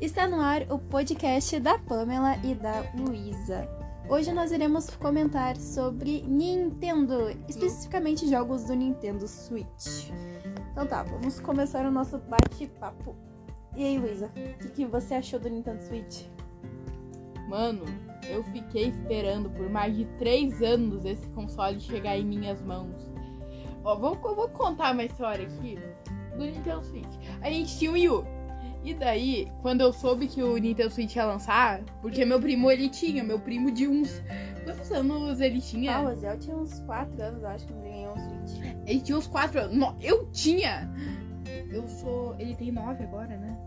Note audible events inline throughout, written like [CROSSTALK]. Está no ar o podcast da Pamela e da Luísa. Hoje nós iremos comentar sobre Nintendo, especificamente jogos do Nintendo Switch. Então tá, vamos começar o nosso bate-papo. E aí, Luísa, o que, que você achou do Nintendo Switch? Mano, eu fiquei esperando por mais de três anos esse console chegar em minhas mãos. Ó, vou, vou contar uma história aqui do Nintendo Switch. A gente tinha o Wii U. E daí, quando eu soube que o Nintendo Switch ia lançar, porque meu primo ele tinha, meu primo de uns. Quantos anos ele tinha? Ah, o Azel tinha uns 4 anos, eu acho, quando ele ganhou um Switch. Ele tinha uns 4 anos. No- Eu tinha! Eu sou. Ele tem 9 agora, né?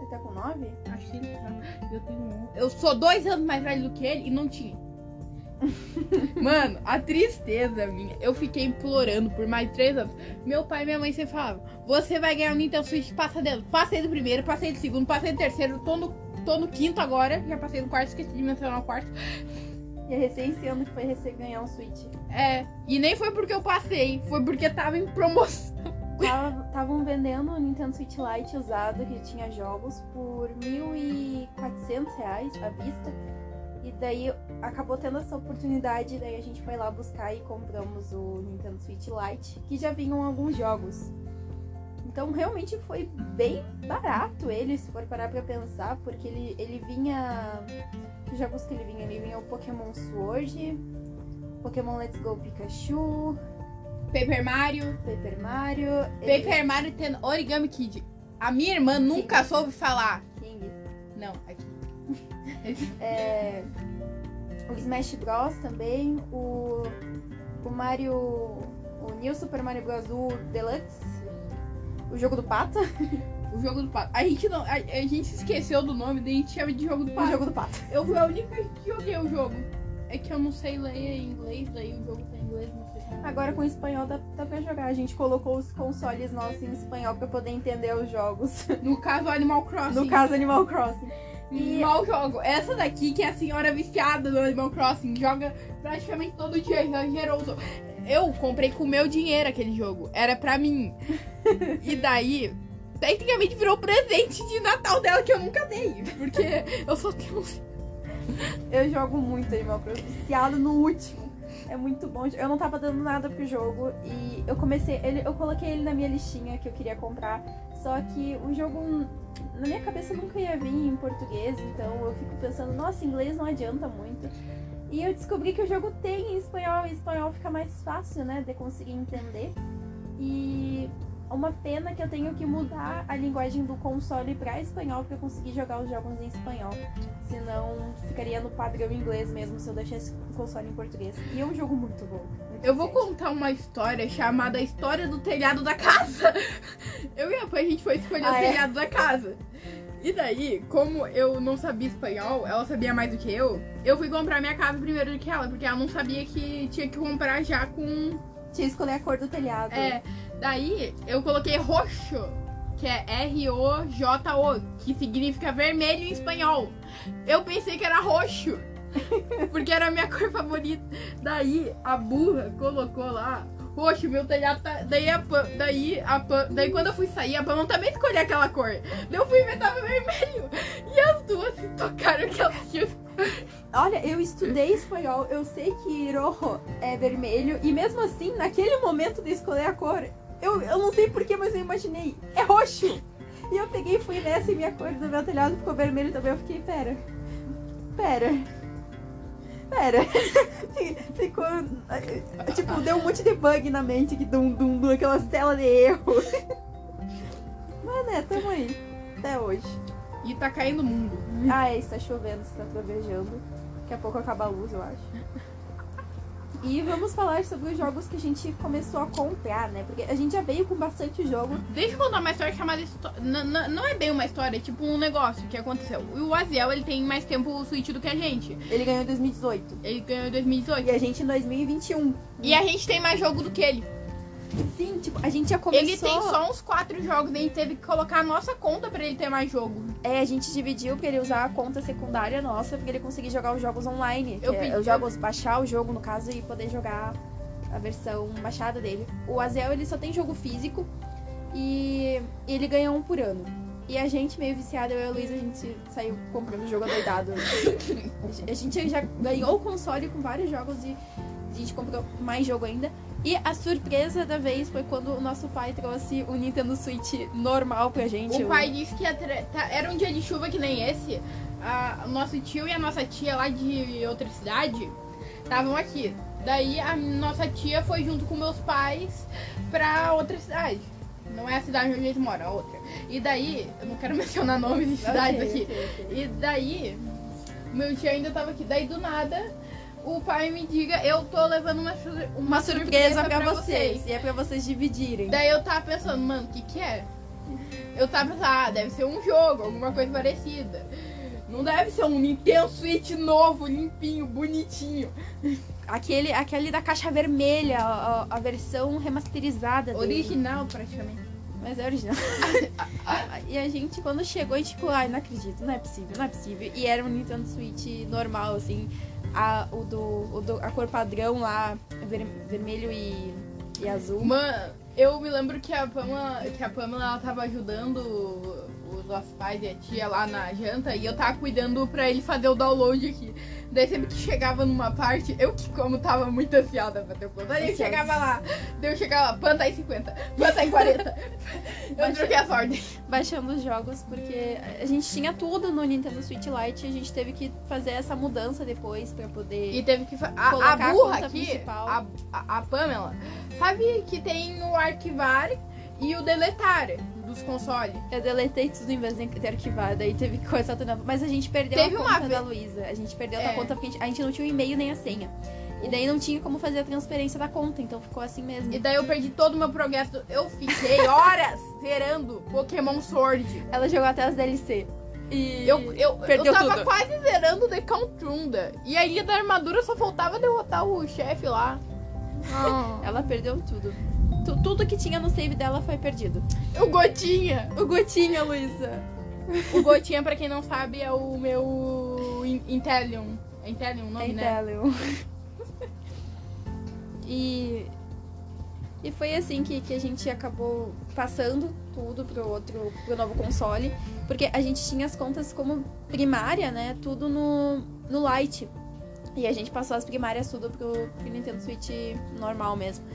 Ele tá com 9? Acho que ele tá. Eu tenho 11. Eu sou dois anos mais velho do que ele e não tinha. Mano, a tristeza minha. Eu fiquei implorando por mais três anos. Meu pai e minha mãe sempre falavam: Você vai ganhar o Nintendo Switch, passa dentro. Passei do primeiro, passei do segundo, passei do terceiro. Tô no, tô no quinto agora. Já passei no quarto, esqueci de mencionar o quarto. E é recém esse ano que foi recém ganhar um Switch. É, e nem foi porque eu passei, foi porque tava em promoção. Estavam vendendo o Nintendo Switch Lite usado, que tinha jogos, por R$ 1.400 reais à vista. E daí acabou tendo essa oportunidade, daí a gente foi lá buscar e compramos o Nintendo Switch Lite, que já vinham alguns jogos. Então realmente foi bem barato ele, se for parar pra pensar, porque ele, ele vinha. Que jogos que ele vinha? Ele vinha o Pokémon Sword, Pokémon Let's Go Pikachu, Paper Mario. Paper Mario. ele- Paper Mario tem Origami Kid. A minha irmã nunca soube falar. King. Não, aqui. É, o Smash Bros também, o, o Mario, o New Super Mario Bros. U Deluxe, o jogo do pato, [LAUGHS] O jogo do pato. A gente não. A, a gente se esqueceu do nome, daí a gente chama de jogo do o pato. jogo do pato. Eu fui a única que joguei o jogo. É que eu não sei ler em inglês, daí o jogo tá em inglês, não sei se é Agora com o espanhol dá, dá pra jogar. A gente colocou os consoles nossos em espanhol pra poder entender os jogos. [LAUGHS] No caso, Animal Crossing. No caso Animal Crossing. E- Mal jogo. Essa daqui que é a senhora viciada do Animal Crossing, joga praticamente todo dia, já gerou os... Eu comprei com o meu dinheiro aquele jogo. Era pra [LAUGHS] mim. E daí, tecnicamente virou presente de Natal dela que eu nunca dei. Porque eu só tenho. Eu jogo muito Animal Crossing, viciado no último. É muito bom. Eu não tava dando nada pro jogo e eu comecei, ele, eu coloquei ele na minha listinha que eu queria comprar, só que o jogo hum, na minha cabeça nunca ia vir em português, então eu fico pensando, nossa, inglês não adianta muito. E eu descobri que o jogo tem em espanhol, e espanhol fica mais fácil, né, de conseguir entender. E uma pena que eu tenho que mudar a linguagem do console pra espanhol pra eu conseguir jogar os jogos em espanhol. Senão ficaria no padrão inglês mesmo se eu deixasse o console em português. E é um jogo muito bom. muito Eu vou interessante. contar uma história chamada a História do Telhado da Casa. [LAUGHS] Eu e a Pan, a gente foi escolher o Ah, é? telhado da casa. E daí, como eu não sabia espanhol, ela sabia mais do que eu, eu fui comprar minha casa primeiro do que ela, porque ela não sabia que tinha que comprar já com. Tinha que escolher a cor do telhado. É. Daí eu coloquei roxo, que é R-O-J-O, que significa vermelho em espanhol. Eu pensei que era roxo, porque era a minha cor favorita. Daí a burra colocou lá. Roxo, meu telhado tá. Daí a Pam. Daí a Pam. Daí quando eu fui sair, a Pam não também escolheu aquela cor. Daí eu fui ver, tava vermelho. E as duas se tocaram que elas tinham. Olha, eu estudei espanhol, eu sei que rojo é vermelho, e mesmo assim, naquele momento de escolher a cor, eu, eu não sei porquê, mas eu imaginei, é roxo! E eu peguei e fui nessa e minha cor do meu telhado ficou vermelho também. Eu fiquei, pera. Pera. Pera. [LAUGHS] ficou. eh, Tipo, deu um monte de bug na mente, que dum dum dum, aquelas telas de erro. [LAUGHS] Mas né, tamo aí. Até hoje. E tá caindo o mundo. Ah, é, está chovendo, está trovejando. Daqui a pouco acaba a luz, eu acho. [LAUGHS] E vamos falar sobre os jogos que a gente começou a comprar, né? Porque a gente já veio com bastante jogo. Deixa eu contar uma história chamada. histó- n- n- Não é bem uma história, é tipo um negócio que aconteceu. O Aziel, ele tem mais tempo o Switch do que a gente. Ele ganhou em 2018. Ele ganhou em E 2018. a gente em 2021. E a gente tem mais jogo do que ele. Sim, tipo, a gente já começou... Ele tem só uns quatro jogos, daí a gente teve que colocar a nossa conta pra ele ter mais jogo. É, a gente dividiu pra ele usar a conta secundária nossa, porque ele conseguir jogar os jogos online. que Eu é, pedi- os jogos, baixar o jogo, no caso, e poder jogar a versão baixada dele. O Azel, ele só tem jogo físico e ele ganha um por ano. E a gente, meio viciada, eu e a Luísa, a gente saiu comprando jogo adoidado. a gente já ganhou o console com vários jogos e a gente comprou mais jogo ainda. E a surpresa da vez foi quando o nosso pai trouxe o Nintendo Switch normal pra gente. O pai disse que ia tra- tá- era um dia de chuva que nem esse. A- o nosso tio e a nossa tia lá de outra cidade estavam aqui. Daí a nossa tia foi junto com meus pais pra outra cidade. Não é a cidade onde eles moram, a outra. E daí, eu não quero [LAUGHS] mencionar nomes de cidades aqui. E daí, meu tio ainda tava aqui. Daí do nada, o pai me diga, eu tô levando uma, sur- uma, Uma surpresa pra vocês. E é pra vocês dividirem. Daí eu tava pensando, mano, o que que é? Eu tava pensando, ah, deve ser um jogo, alguma coisa parecida. Não deve ser um Nintendo Switch novo, limpinho, bonitinho, Aquele, aquele da caixa vermelha, a, a- a versão remasterizada dele. original praticamente. Mas é original. [LAUGHS] e a gente, quando chegou, a gente ficou, ai, não acredito, não é possível, não é possível. E era um Nintendo Switch normal, assim, a, o do, o do, a cor padrão lá, ver- vermelho e, e azul. Mano, eu me lembro que a Pamela, que a Pamela ela tava ajudando os nossos pais e a tia lá na janta e eu tava cuidando pra ele fazer o download aqui. Daí sempre que chegava numa parte, eu que como tava muito ansiada pra ter o conta, daí eu Ansiosa. chegava lá, daí eu chegava lá, panta em 50, panta [LAUGHS] em 40. eu Mas- troquei as ordens. Baixando os jogos, porque a gente tinha tudo no Nintendo Switch Lite e a gente teve que fazer essa mudança depois pra poder. E teve que fa- a, a Colocar a burra conta aqui, principal. a, a, a Pamela, sabe que tem o arquivar e o deletar dos consoles. Eu deletei tudo em vez de ter arquivado, aí teve que começar tudo novo. Mas a gente perdeu Teve a uma conta vez- da Luísa. A gente perdeu É. a conta porque a gente, a gente não tinha o e-mail nem a senha. E daí não tinha como fazer a transferência da conta, então ficou assim mesmo. E daí eu perdi todo o meu progresso. Eu fiquei horas [LAUGHS] zerando Pokémon Sword. Ela jogou até as DLC. E Eu, eu, Perdeu eu tava tudo. quase zerando The Contrunda. E a Ilha da Armadura só faltava derrotar o chefe lá. [LAUGHS] ela perdeu tudo. Tu- tudo que tinha no save dela foi perdido. o Gotinha. O Gotinha, Luísa. O Gotinha, pra quem não sabe, é o meu In- Intellion. É Intellion o nome, Em né? Teleon. e e foi assim que, que a gente acabou passando tudo pro outro pro novo console, porque a gente tinha as contas como primária, né? Tudo no no Lite. E a gente passou as primárias tudo pro, pro Nintendo Switch normal mesmo.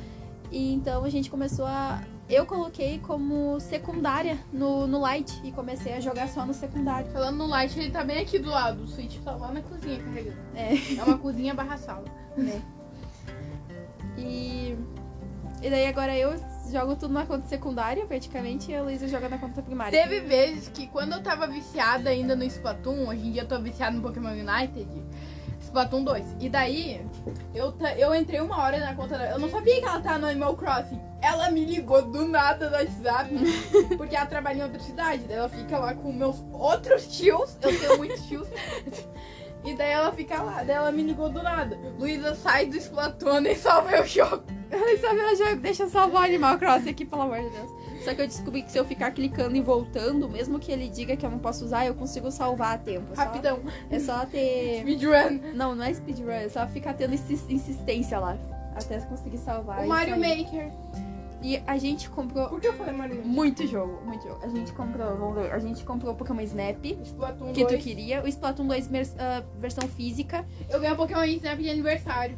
E então a gente começou a eu coloquei como secundária no, no Lite e comecei a jogar só no secundário. Falando no light, ele tá bem aqui do lado. O Switch tá lá na cozinha carregando. É. É uma cozinha barra sala. E, e daí agora eu jogo tudo na conta secundária, praticamente, e a Luísa joga na conta primária. Teve vezes que quando eu tava viciada ainda no Splatoon, hoje em dia eu tô viciada no Pokémon United, Splatoon 2. E daí, eu, ta- eu entrei uma hora na conta dela. Eu não sabia que ela tá no Animal Crossing. Ela me ligou do nada no [LAUGHS] WhatsApp, porque ela trabalha em outra cidade. Daí ela fica lá com meus outros tios. Eu tenho muitos tios. E daí ela fica lá, daí ela me ligou do nada. Luísa, sai do Splatoon e salva o jogo. Só meu jogo, deixa eu salvar o Animal Crossing aqui, pelo amor de Deus. Só que eu descobri que se eu ficar clicando e voltando, mesmo que ele diga que eu não posso usar, eu consigo salvar a tempo. É só- Rapidão, É só ter. speedrun. Não, não é speedrun, é só ficar tendo insis- insistência lá. Até conseguir salvar. O isso Mario aí. Maker. E a gente comprou Por que eu falei Mario Maker? muito jogo, muito jogo. A gente comprou, vamos ver, a gente comprou Pokémon Snap, Splatoon que 2. tu queria, o Splatoon 2 vers- ah, versão física. Eu ganhei um Pokémon Snap de aniversário.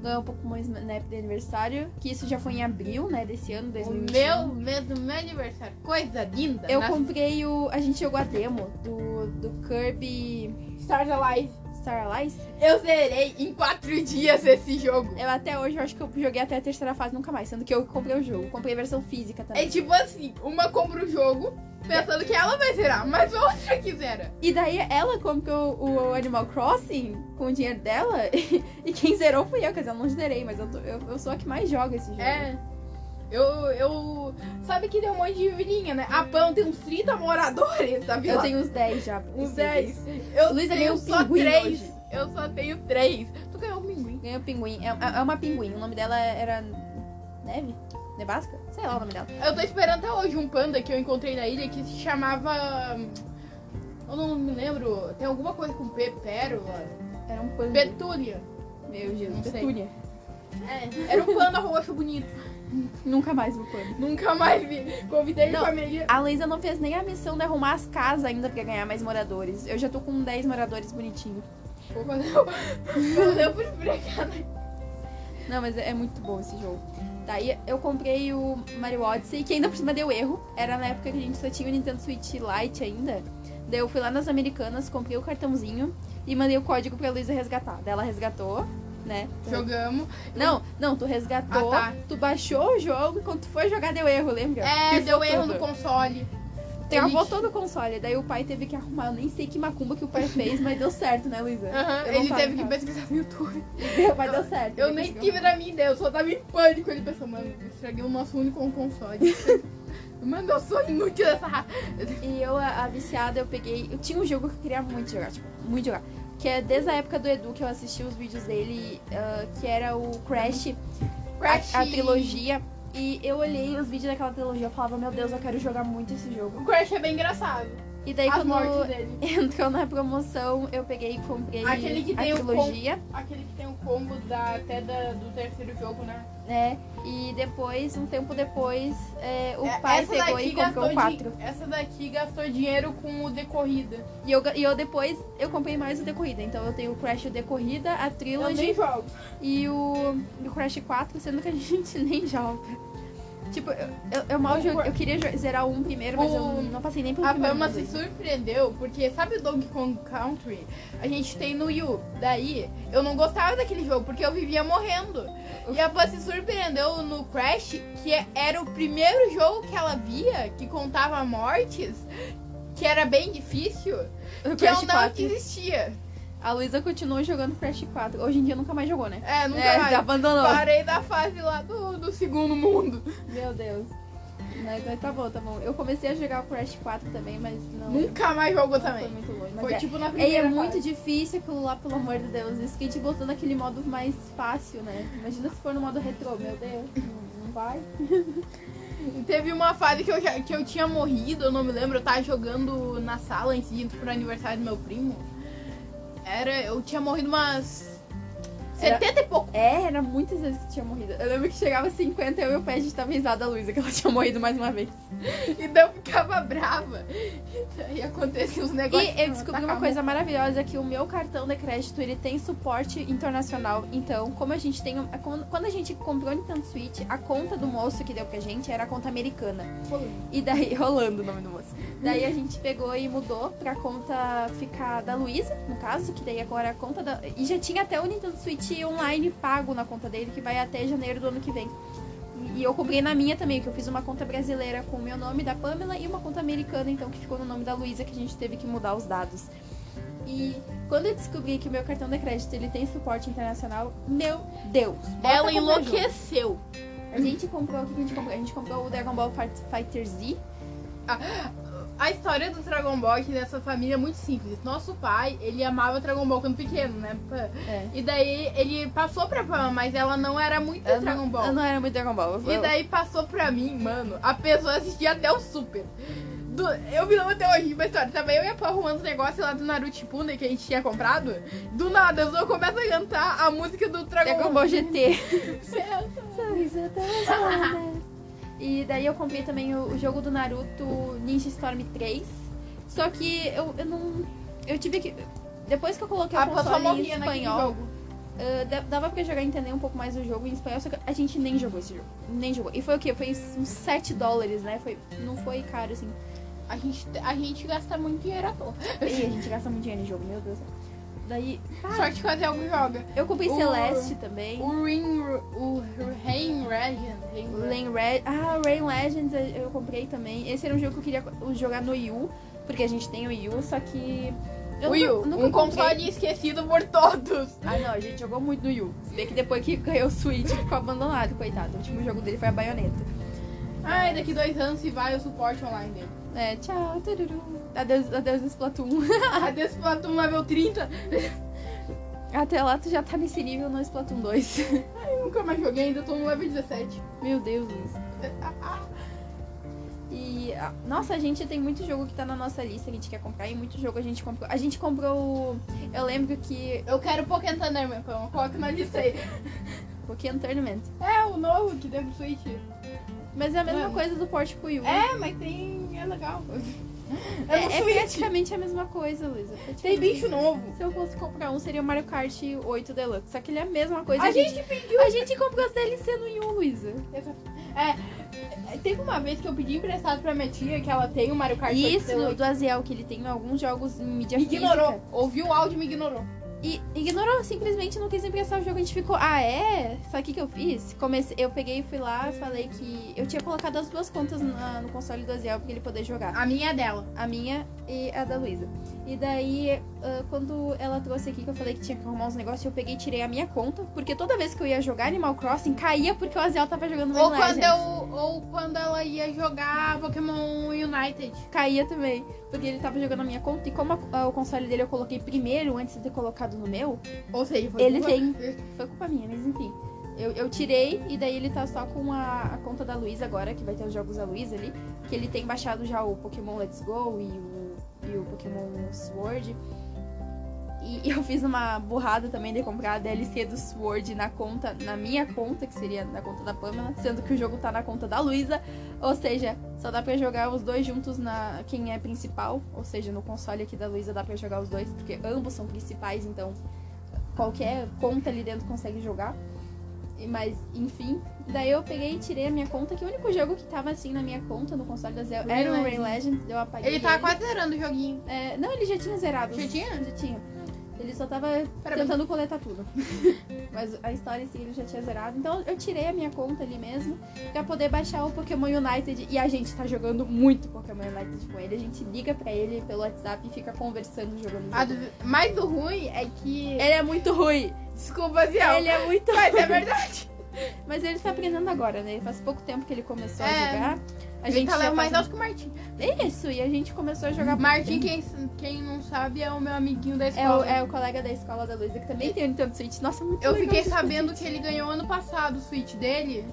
ganhou o Pokémon Snap de aniversário, que isso já foi em abril, né, desse ano, O 2021. meu, meu, do meu aniversário. Coisa linda. Eu na comprei o... A gente jogou a demo do, do Kirby Stars Alive. Star Allies. Eu zerei em quatro dias esse jogo. Eu até hoje, eu acho que eu joguei até a terceira fase, nunca mais. Sendo que eu comprei o jogo. Comprei a versão física É também. tipo assim, uma compra o jogo, pensando que ela vai zerar, mas outra que zera. E daí ela comprou o, o Animal Crossing com o dinheiro dela. [LAUGHS] E, quem zerou fui eu, quer dizer, eu não zerei, mas eu, tô- eu, eu sou a que mais joga esse jogo. É. Eu, eu... Sabe que tem um monte de vilinha, né? A Pão tem uns 30 moradores da vila. Eu tenho uns 10 já. uns possíveis. 10. Eu Luísa tenho ganhou um só pinguim 3. hoje. Eu só tenho 3. Tu ganhou um pinguim. Ganhou pinguim. É, é uma pinguim. O nome dela era. Neve? Nevasca? Sei lá o nome dela. Eu tô esperando até hoje um panda que eu encontrei na ilha que se chamava. hum, Eu não me lembro. Tem alguma coisa com P, pérola? Era um panda. Petúnia. Meu Deus, Não sei. petúnia. É, era um panda roxo bonito. Nunca mais no pano. Nunca mais vi. Convidei Não. família. A Luísa não fez nem a missão de arrumar as casas ainda pra ganhar mais moradores. Eu já tô com 10 moradores bonitinho. Valeu. Valeu por brincar. Não, mas é é muito bom esse jogo. Daí eu comprei o Mario Odyssey, que ainda por cima deu erro. Era na época que a gente só tinha o Nintendo Switch Lite ainda. Daí eu fui lá nas Americanas, comprei o cartãozinho e mandei o código pra Luísa resgatar. Daí ela resgatou, né? Jogamos. Não, não, tu resgatou, Ah, tá. tu baixou o jogo e quando tu foi jogar deu erro, lembra? É, Pifou deu erro tudo. no console. Travou Ele- todo o console. Daí o pai teve que arrumar. Eu nem sei que macumba que o pai fez, mas deu certo, né, Luísa? Aham, Eu não ele tava teve em que casa. pesquisar no YouTube. Mas [LAUGHS] deu certo. Eu Ele nem conseguiu. tive na minha ideia, eu só tava em pânico. Ele pensou, mano, estraguei o nosso único console. [LAUGHS] mano, eu sou inútil dessa raça. E eu, a, a viciada, eu peguei. Eu tinha um jogo que eu queria muito jogar, tipo, muito jogar. Que é desde a época do Edu que eu assisti os vídeos dele, ah, que era o Crash, Crash. A, a trilogia. E eu olhei os vídeos daquela trilogia e falava, meu Deus, eu quero jogar muito esse jogo. O Crash é bem engraçado. E daí As mortes quando dele. [LAUGHS] entrou na promoção, eu peguei e comprei Aquele que a tem o trilogia, Aquele que tem o combo da, até da- do terceiro jogo, né? né? E depois, um tempo depois, é, o É, pai essa pegou daqui e comprou gastou quatro. di- Essa daqui gastou dinheiro com o decorrida. E eu, ga- e eu depois, eu comprei mais o Decorrida. Então eu tenho o Crash o Decorrida, a Eu trilogia nem jogo. e o, e o Crash 4, sendo que a [LAUGHS] gente nem joga. Tipo, eu, eu, eu mal O- joguei. Eu queria jo- zerar um primeiro, mas o- eu não passei nem pelo A primeiro. Pama dos se dois. surpreendeu porque sabe o Donkey Kong Country? A gente tem no Wii U. Daí eu não gostava daquele jogo porque eu vivia morrendo. E a Pam se surpreendeu no Crash, que é- era o primeiro jogo que ela via que contava mortes, que era bem difícil, O que eu Crash não 4. desistia. A Luísa continuou jogando Crash 4. Hoje em dia nunca mais jogou, né? É, nunca é, mais. já abandonou. Parei da fase lá do, do segundo mundo. Meu Deus. Mas, mas tá bom, tá bom. Eu comecei a jogar o Crash 4 também, mas não. Nunca mais jogou Foi também. muito longe. Mas Foi é- tipo na Ei, primeira é muito fase. difícil aquilo lá, pelo amor de Deus. Isso que a gente botou naquele modo mais fácil, né? Imagina se for no modo retrô, meu Deus. não- Não vai. Teve uma fase que eu, já, que eu tinha morrido, eu não me lembro, eu tava jogando na sala antes de ir pro aniversário do meu primo. Era, eu tinha morrido umas Era- 70 e pouco. É, era muitas vezes que tinha morrido. Eu lembro que chegava 50 e eu e o pé a gente tava risada a Luísa, que ela [LAUGHS] tinha morrido mais uma vez. E daí eu ficava brava. E daí acontecia uns negócios. E eu descobri Atacava uma coisa maravilhosa, é que o meu cartão de crédito, ele tem suporte internacional. Então, como a gente tem... um- Quando quando a gente comprou o Nintendo Switch, a conta do moço que deu pra gente era a conta americana. muito. E daí, [LAUGHS] Rolando o nome do moço. Daí a gente pegou e mudou pra conta ficar da Luísa, no caso, que daí agora é a conta da. E já tinha até o Nintendo Switch online pago na conta dele, que vai até janeiro do ano que vem. E- E eu comprei na minha também, que eu fiz uma conta brasileira com o meu nome da Pamela e uma conta americana, então, que ficou no nome da Luísa, que a gente teve que mudar os dados. E quando eu descobri que o meu cartão de crédito ele tem suporte internacional, meu Deus! bota Ela pra comprar jogo. enlouqueceu. A gente comprou, o que que a gente comprou? A gente comprou o Dragon Ball Fight- Fighter Z, A história do Dragon Ball aqui nessa família é muito simples. Nosso pai, ele amava Dragon Ball quando pequeno, né? pã? É. E daí ele passou pra Pam, mas ela não era muito de Eu Dragon não, Ball. eu não era muito Dragon Ball. Eu, E daí passou pra mim, mano, a pessoa assistia até o Super. Do- eu me lembro até hoje, mas olha, tava eu e a Pô arrumando os negócios lá do Naruto Shippuden que a gente tinha comprado. Do nada, eu só começo a cantar a música do eu- Dragon Dragon Ball [LAUGHS] GT. Céu. e daí eu comprei também o, o jogo do Naruto Ninja Storm 3. Só que eu, eu não. Eu tive que. Depois que Ah, eu coloquei A o Pô só console em morria naquele espanhol, jogo. ah, da- dava pra jogar e entender um pouco mais o jogo em espanhol, só que a gente nem jogou esse jogo. Nem jogou. E foi o quê? Foi uns 7 dólares, né? Foi, não foi caro, assim. A gente, a gente gasta muito dinheiro à toa. E a gente gasta muito dinheiro em jogo, meu Deus. Daí. Sorte que fazer algo joga. Eu comprei O- Celeste também. O Ring. O Rain Regent. Rain Regent. Rain Red... Ah, Rain Legends eu eu comprei também. Esse era um jogo que eu queria co- jogar no Wii U, porque a gente tem o Wii U, só que. Eu Wii U, nunca- nunca um comprei. console esquecido por todos. Ah, não, a gente jogou muito no Wii U. Se bem que depois que [LAUGHS] ganhou o Switch ficou abandonado, coitado. O último jogo dele foi a baioneta. Ai, daqui dois anos se vai o suporte online dele. [LAUGHS] É, tchau, tururu. Adeus, adeus Splatoon. [LAUGHS] Adeus Platão level 30. Até lá tu já tá nesse nível no Splatoon 2. Eu nunca mais joguei, ainda tô no level 17. [LAUGHS] Meu Deus, [LAUGHS] Luiz. E, ah, nossa, a gente tem muito jogo que tá na nossa lista que a gente quer comprar e muito jogo a gente comprou. A gente comprou. o- Eu lembro que Eu quero Pokémon Thunder, meu pão. Coloca na lista aí. Pokémon Tournament. É, o novo que teve pro Switch. Mas é a mesma Mano. coisa do Port Puyo. É, mas tem. É legal. [LAUGHS] É, é, é no Switch. praticamente a mesma coisa, Luísa. Tem praticamente. bicho novo. Se eu fosse comprar um, seria o Mario Kart 8 Deluxe. Só que ele é a mesma coisa. A gente pediu. a gente comprou as DLC no um, Yu, Luísa. É, Teve uma vez que eu pedi emprestado pra minha tia que ela tem o Mario Kart E 8 isso Deluxe. do Aziel, que ele tem alguns jogos em mídia Me ignorou. física. Ouviu o áudio e me ignorou. E ignorou, simplesmente não quis emprestar o jogo. A gente ficou, ah é? Sabe o que, que eu fiz? Comecei, eu peguei e fui Hum. lá, falei que eu tinha colocado as duas contas na- no console do Aziel pra ele poder jogar. A minha é dela. a minha e a da Luísa. E daí, ah, quando ela trouxe aqui, que eu falei que tinha que arrumar uns negócios, eu peguei e tirei a minha conta, porque toda vez que eu ia jogar Animal Crossing, caía porque o Azel tava jogando Ou Mobile quando, Legends. eu, ou quando ela ia jogar Pokémon United. Caía também, porque ele tava jogando a minha conta, e como a- a- o console dele eu coloquei primeiro, antes de ter colocado no meu, Ou seja, foi Ele duas- tem. foi culpa minha, mas enfim. Eu, eu tirei e daí ele tá só com a, a conta da Luísa agora, que vai ter os jogos da Luísa ali. Que ele tem baixado já o Pokémon Let's Go e o, e o Pokémon Sword. E eu fiz uma burrada também de comprar a DLC do Sword na conta, na minha conta, que seria na conta da Pamela, sendo que o jogo tá na conta da Luísa. Ou seja, só dá pra jogar os dois juntos na quem é principal. Ou seja, no console aqui da Luísa dá pra jogar os dois, porque ambos são principais, então qualquer conta ali dentro consegue jogar. E- Mas, enfim. Daí eu peguei e tirei a minha conta, que o único jogo que tava assim na minha conta, no console da Zé, era o Ray Legends, eu apaguei. Ele tá quase zerando o joguinho. É, não, ele já tinha zerado. Já tinha? Já tinha. Ele só tava Parabéns. tentando coletar tudo. [LAUGHS] Mas a história em si ele já tinha zerado. Então eu tirei a minha conta ali mesmo pra poder baixar o Pokémon United. E a gente tá jogando muito Pokémon United com ele. A gente liga pra ele pelo WhatsApp e fica conversando, jogando. A junto. do- Mas o ruim é que. Ele é muito ruim. Desculpa, Ziel. Ele é muito Mas é verdade. Mas ele tá aprendendo agora, né? Faz pouco tempo que ele começou É. a jogar. A ele gente tá já mais faz... alto que o Martim. É isso, e a gente começou a jogar. Martim, quem, quem não sabe, é o meu amiguinho da É o, escola. é o colega da escola da Luísa que também tem o Nintendo Switch. Nossa, muito Eu legal fiquei isso. sabendo que ele ganhou ano passado o Switch dele.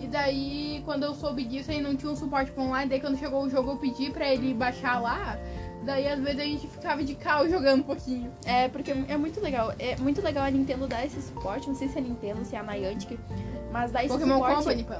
E daí, quando eu soube disso, aí não tinha um suporte pra online. Daí, quando chegou o jogo, eu pedi pra ele baixar lá. Daí, às vezes, a gente ficava de cal jogando um pouquinho. É, porque é muito legal. É muito legal a Nintendo dar esse suporte. Não sei se é a Nintendo, se é a Niantic, mas dá esse Pokémon suporte. é Company, pô.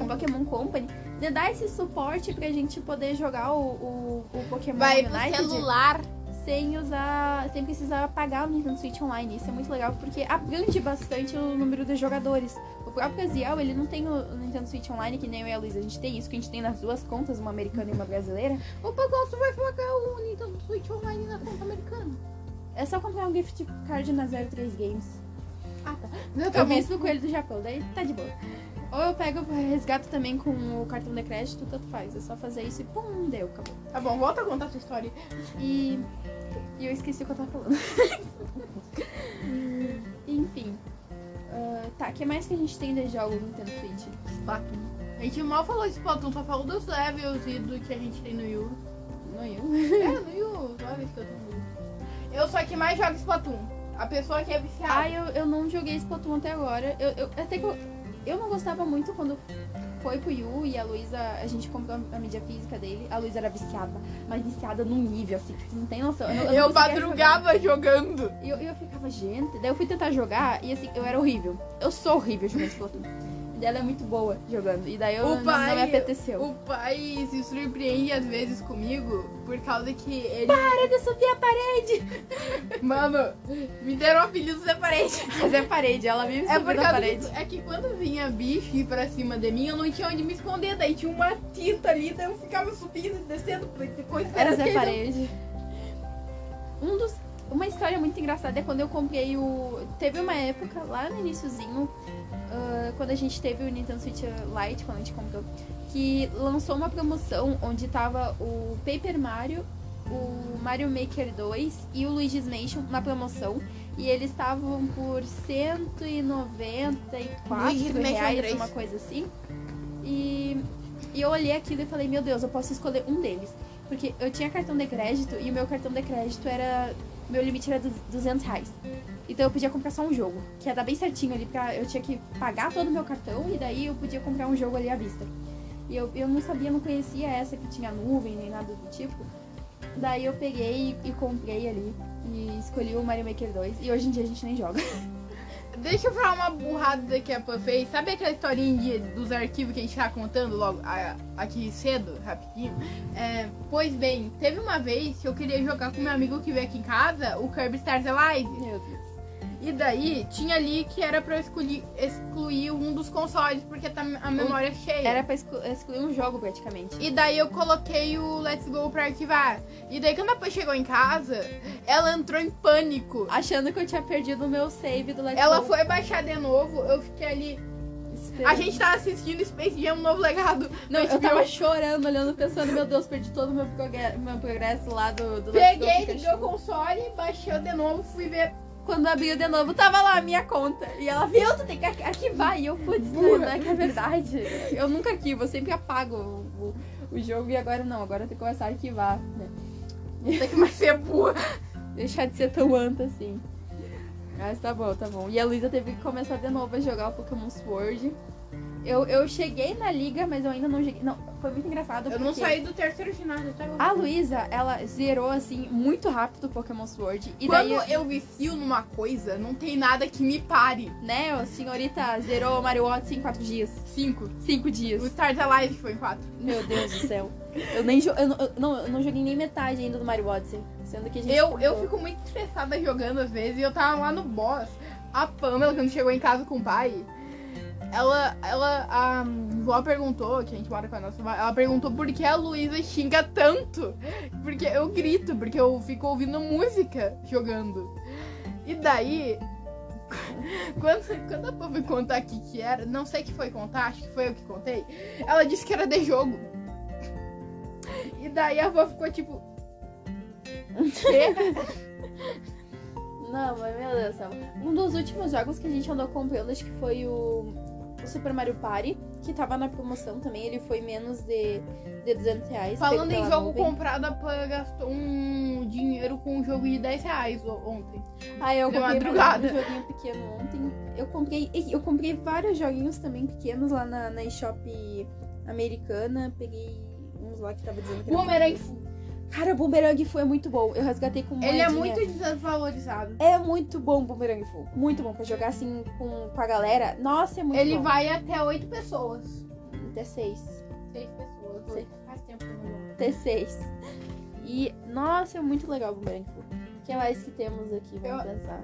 A Pokémon Company. De dar esse suporte pra gente poder jogar o, o, o Pokémon Vai pro United. celular. sem usar, sem precisar pagar o Nintendo Switch Online. Isso é muito legal porque abrange bastante o número de jogadores. O próprio Aziel, ele não tem o Nintendo Switch Online, que nem eu e a Luísa, a gente tem isso, que a gente tem nas duas contas, uma americana e uma brasileira. O Pokémon vai pagar o Nintendo Switch online na conta americana. É só comprar um gift card na 03 Games. Ah, tá. Não, eu vi isso no Coelho do Japão, daí tá de boa. Ou eu pego, resgato também com o cartão de crédito, tanto faz. É só fazer isso e pum, deu, acabou. Tá bom, volta a contar sua história. E, e eu esqueci o que eu tava falando. [LAUGHS] Enfim. Ah, tá, o que mais que a gente tem de jogos no Nintendo Switch? Splatoon. A gente mal falou de Splatoon, só falou tá dos levels e do que a gente tem no [LAUGHS] Yu. No Yu. É, no Yu, levels que eu tenho no Yu. Eu sou a que mais joga Splatoon. A pessoa que é viciada. Ah, eu, eu não joguei Splatoon até agora. Eu, eu- até que eu, eu não gostava muito quando foi pro Yu e a Luísa, a gente comprou a mídia física dele. A Luísa era viciada, mas viciada num nível, assim, que tu não tem noção. não- não eu conseguia jogar. madrugava jogando. E eu, eu ficava, gente. Daí eu fui tentar jogar e assim, eu era horrível. Eu sou horrível jogando Splatoon. E daí ela é muito boa jogando. E daí eu O não, não pai- me apeteceu. O pai se surpreende às vezes comigo por causa que ele. Para de subir a parede! Mano, me deram o apelido da parede. [LAUGHS] Mas é parede, ela me É subiu por na causa parede. disso. É que quando vinha bicho ir pra cima de mim, eu não tinha onde me esconder. Daí tinha uma tinta ali, daí eu ficava subindo e descendo. Coisa [LAUGHS] Era Zé Parede. Um dos, uma história muito engraçada é quando eu comprei o. Teve uma época lá no iníciozinho, ah, quando a gente teve o Nintendo Switch Lite, quando a gente comprou, que lançou uma promoção onde tava o Paper Mario, o Mario Maker 2 e o Luigi's Mansion na promoção. E eles estavam por R$ 194 Luigi's Mansion reais, 3. uma coisa assim. E, e eu olhei aquilo e falei, meu Deus, eu posso escolher um deles. Porque eu tinha cartão de crédito e o meu cartão de crédito era. Meu limite era du- 200 reais. Então eu podia comprar só um jogo, que ia dar bem certinho ali, pra, eu tinha que pagar todo o meu cartão e daí eu podia comprar um jogo ali à vista. E eu, eu não sabia, não conhecia essa que tinha nuvem nem nada do tipo. Daí eu peguei e, e comprei ali e escolhi o Mario Maker 2. E hoje em dia a gente nem joga. Deixa eu falar uma burrada que a Pan fez. Sabe aquela historinha de- dos arquivos que a gente tá contando logo a- aqui cedo, rapidinho? É, pois bem, teve uma vez que eu queria jogar com meu amigo que veio aqui em casa, o Kirby Stars Alive. Meu Deus. E daí tinha ali que era pra eu excluir, excluir um dos consoles, porque tá a memória cheia. Era pra exclu- excluir um jogo praticamente. E daí eu coloquei o Let's Go pra arquivar. E daí quando a Pan chegou em casa, ela entrou em pânico. Achando que eu tinha perdido o meu save do Let's Ela Go. foi baixar de novo, eu fiquei ali. Esperando. A gente tava assistindo Space Jam, um novo legado. Não, Mas eu meu, tava chorando, olhando, pensando, meu Deus, perdi todo o meu, proge- meu progresso lá do, do Let's Go Peguei, liguei Pikachu. o console, baixei de novo, fui ver. Quando abriu de novo, tava lá a minha conta. E ela, viu, tu tem que ar- arquivar. E eu, putz, não, não é que é verdade. Eu nunca arquivo, eu sempre apago o, o- o jogo. E agora não, agora eu tenho que começar a arquivar, né? Não tem que mais ser [LAUGHS] burra. Deixar de ser tão anta assim. Mas tá bom, tá bom. E a Luísa teve que começar de novo a jogar o Pokémon Sword. Eu, eu cheguei na liga, mas eu ainda não cheguei. Não, foi muito engraçado. Eu não porque- saí do terceiro ginásio tá? até agora. A Luísa, ela zerou assim muito rápido o Pokémon Sword. E daí, Quando eu vicio numa coisa, não tem nada que me pare. né, a senhorita zerou Mario Odyssey em 4 dias. Cinco. 5 O dias. Stars Alive foi em quatro. Meu Deus do [LAUGHS] céu. Eu nem jo- eu, não- eu, não, eu não joguei nem metade ainda do Mario Odyssey. Sendo que a gente. Eu, eu comprou. fico muito estressada jogando às vezes e eu tava lá no boss. A Pamela, quando chegou em casa com o pai, ela, ela, a vó perguntou, que a gente mora com a nossa vó, ela perguntou por que a Luísa xinga tanto. Porque eu grito, porque eu fico ouvindo música jogando. E daí, [LAUGHS] quando, quando a Pam foi contar aqui que era, não sei que foi contar, acho que foi eu que contei, ela disse que era de jogo. E daí a avó ficou tipo. "Quê?" Não, mas meu Deus do céu. Um dos últimos jogos que a gente andou comprando, acho que foi o o Super Mario Party, que tava na promoção também. Ele foi menos de, de 200 reais. Falando pego em pela jogo nuvem. comprado, a Pan gastou um dinheiro com um jogo de 10 reais o- ontem. Ah, eu De comprei madrugada. um joguinho pequeno ontem. Eu comprei, eu comprei vários joguinhos também pequenos lá na, na eShop americana. Peguei uns lá que tava dizendo que era- Boomerang, Cara, o Boomerang Fu é muito bom. Eu resgatei com ele é moedinha. muito desvalorizado. É muito bom o Boomerang Fu. Muito bom pra jogar assim com, com a galera. Nossa, é muito ele bom. vai até 8 pessoas. T6. 6 pessoas. Sei. Faz tempo que eu não jogo. T6. E, nossa, é muito legal o Boomerang Fu. O que mais que temos aqui? Vamos Eu- pensar.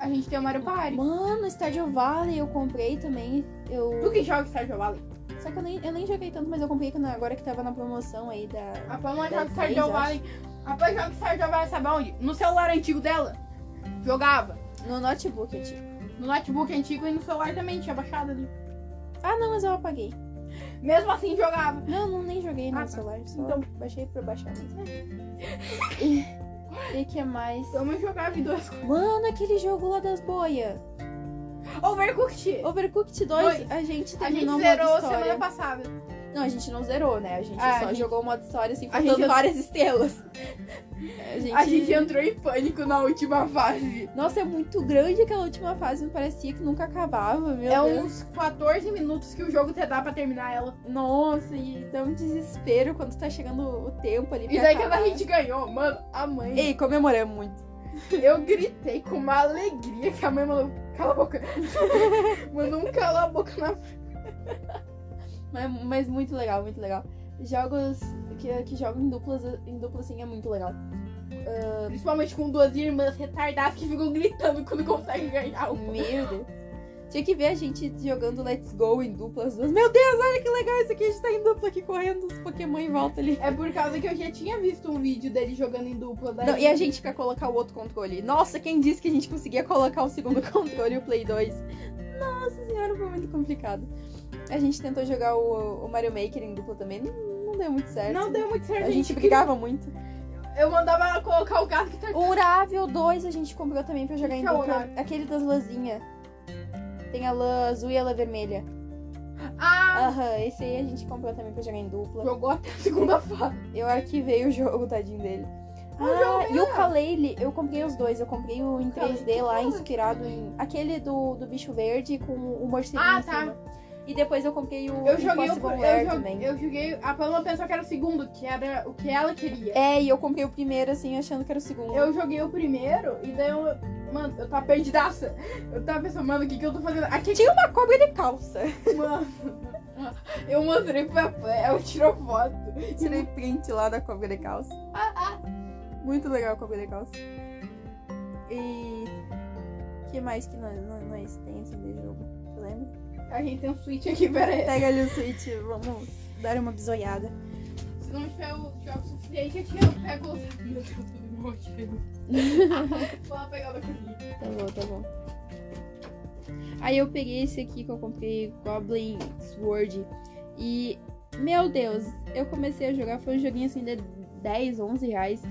A gente tem o Mario Party. Mano, Stardew Valley eu comprei também. Eu... Tu que joga Stardew Valley? Só que eu nem, eu nem joguei tanto, mas eu comprei quando- agora que tava na promoção aí da. A Pan não Dez joga reais, Stardew acho. Valley. A Pan joga Stardew Valley, sabe onde? No celular antigo dela. Jogava. No notebook, tipo, eu tive. No notebook antigo e no celular também, tinha baixado ali. Ah, não, mas eu apaguei. Mesmo assim, jogava. Não, não nem joguei no Ah, tá. celular, só Então- baixei pra baixar mesmo. [LAUGHS] E- E que mais? Então eu jogava em duas coisas. Mano, aquele jogo lá das boias. Overcooked! Overcooked 2, Dois. a gente A gente terminou o modo zerou história. semana passada. Não, a gente não zerou, né? A gente Ah, só a gente- jogou o modo história assim, A faltando gente- várias estrelas. A gente... A gente entrou em pânico na última fase. Nossa, é muito grande aquela última fase, me parecia que nunca acabava, meu é Deus. uns 14 minutos que o jogo te dá pra terminar ela. Nossa, e dá um desespero quando tá chegando o tempo ali. E pra daí quando acabar. a gente ganhou, mano, a mãe. Ei, comemoramos muito. Eu gritei com uma alegria que a mãe mandou. Cala a boca. [LAUGHS] mandou um cala a boca na. Mas, mas muito legal, muito legal. Jogos que, que jogam em duplas, em dupla assim é muito legal. Principalmente com duas irmãs retardadas que ficam gritando quando conseguem ganhar. um. Meu Deus. Tinha que ver a gente jogando Let's Go em duplas. Meu Deus, olha que legal isso aqui. A gente tá em dupla aqui correndo, os Pokémon em volta ali. É por causa que eu já tinha visto um vídeo dele jogando em dupla. Daí... Não, e a gente quer colocar o outro controle. Nossa, quem disse que a gente conseguia colocar o segundo [LAUGHS] controle, o Play 2? Nossa senhora, foi muito complicado. A gente tentou jogar o, o Mario Maker em dupla também, não, não deu muito certo. Não deu muito certo. A gente brigava muito. Eu mandava ela colocar o gato que tá. O Urável 2 a gente comprou também pra jogar em Que que é o dupla. Urável? Aquele das lãzinhas. Tem a lã azul e a lã vermelha. Ah! Aham, esse aí a gente comprou também pra jogar em dupla. Jogou até a segunda fase. Eu arquivei o [LAUGHS] jogo, tadinho dele. Ah, o jogo Ah, e o Kalele, eu comprei os dois. Eu comprei o em Kalele, 3D lá, que legal. inspirado em. Aquele do, do bicho verde com o morcego Ah, em tá. cima. E depois eu comprei o Eu joguei o Impossible eu, Lair jo- também. eu joguei. A Paloma pensou que era o segundo, que era o que ela queria. É, e eu comprei o primeiro assim, achando que era o segundo. Eu joguei o primeiro e daí eu, Mano, eu tava perdidaça. Eu tava pensando, mano, o que que eu tô fazendo? Aqui, Tinha uma cobra de [LAUGHS] calça. mano. Eu mostrei pro meu pai, ela tirou foto. Tirei print lá da cobra de calça. Muito legal a cobra de calça. E. que mais que nós, nós, nós tem assim de jogo? Tu lembra? A gente tem um switch aqui, peraí. Pega ali o Switch, vamos dar uma bisoiada. Se não tiver o jogo suficiente, aqui eu pego os. Meu Deus, tudo bom, gente. [LAUGHS] Vou lá pegar o da cozinha. Tá bom, tá bom. Aí eu peguei esse aqui que eu comprei, Goblin Sword. E, meu Deus, eu comecei a jogar, foi um joguinho assim de 10, 11 reais.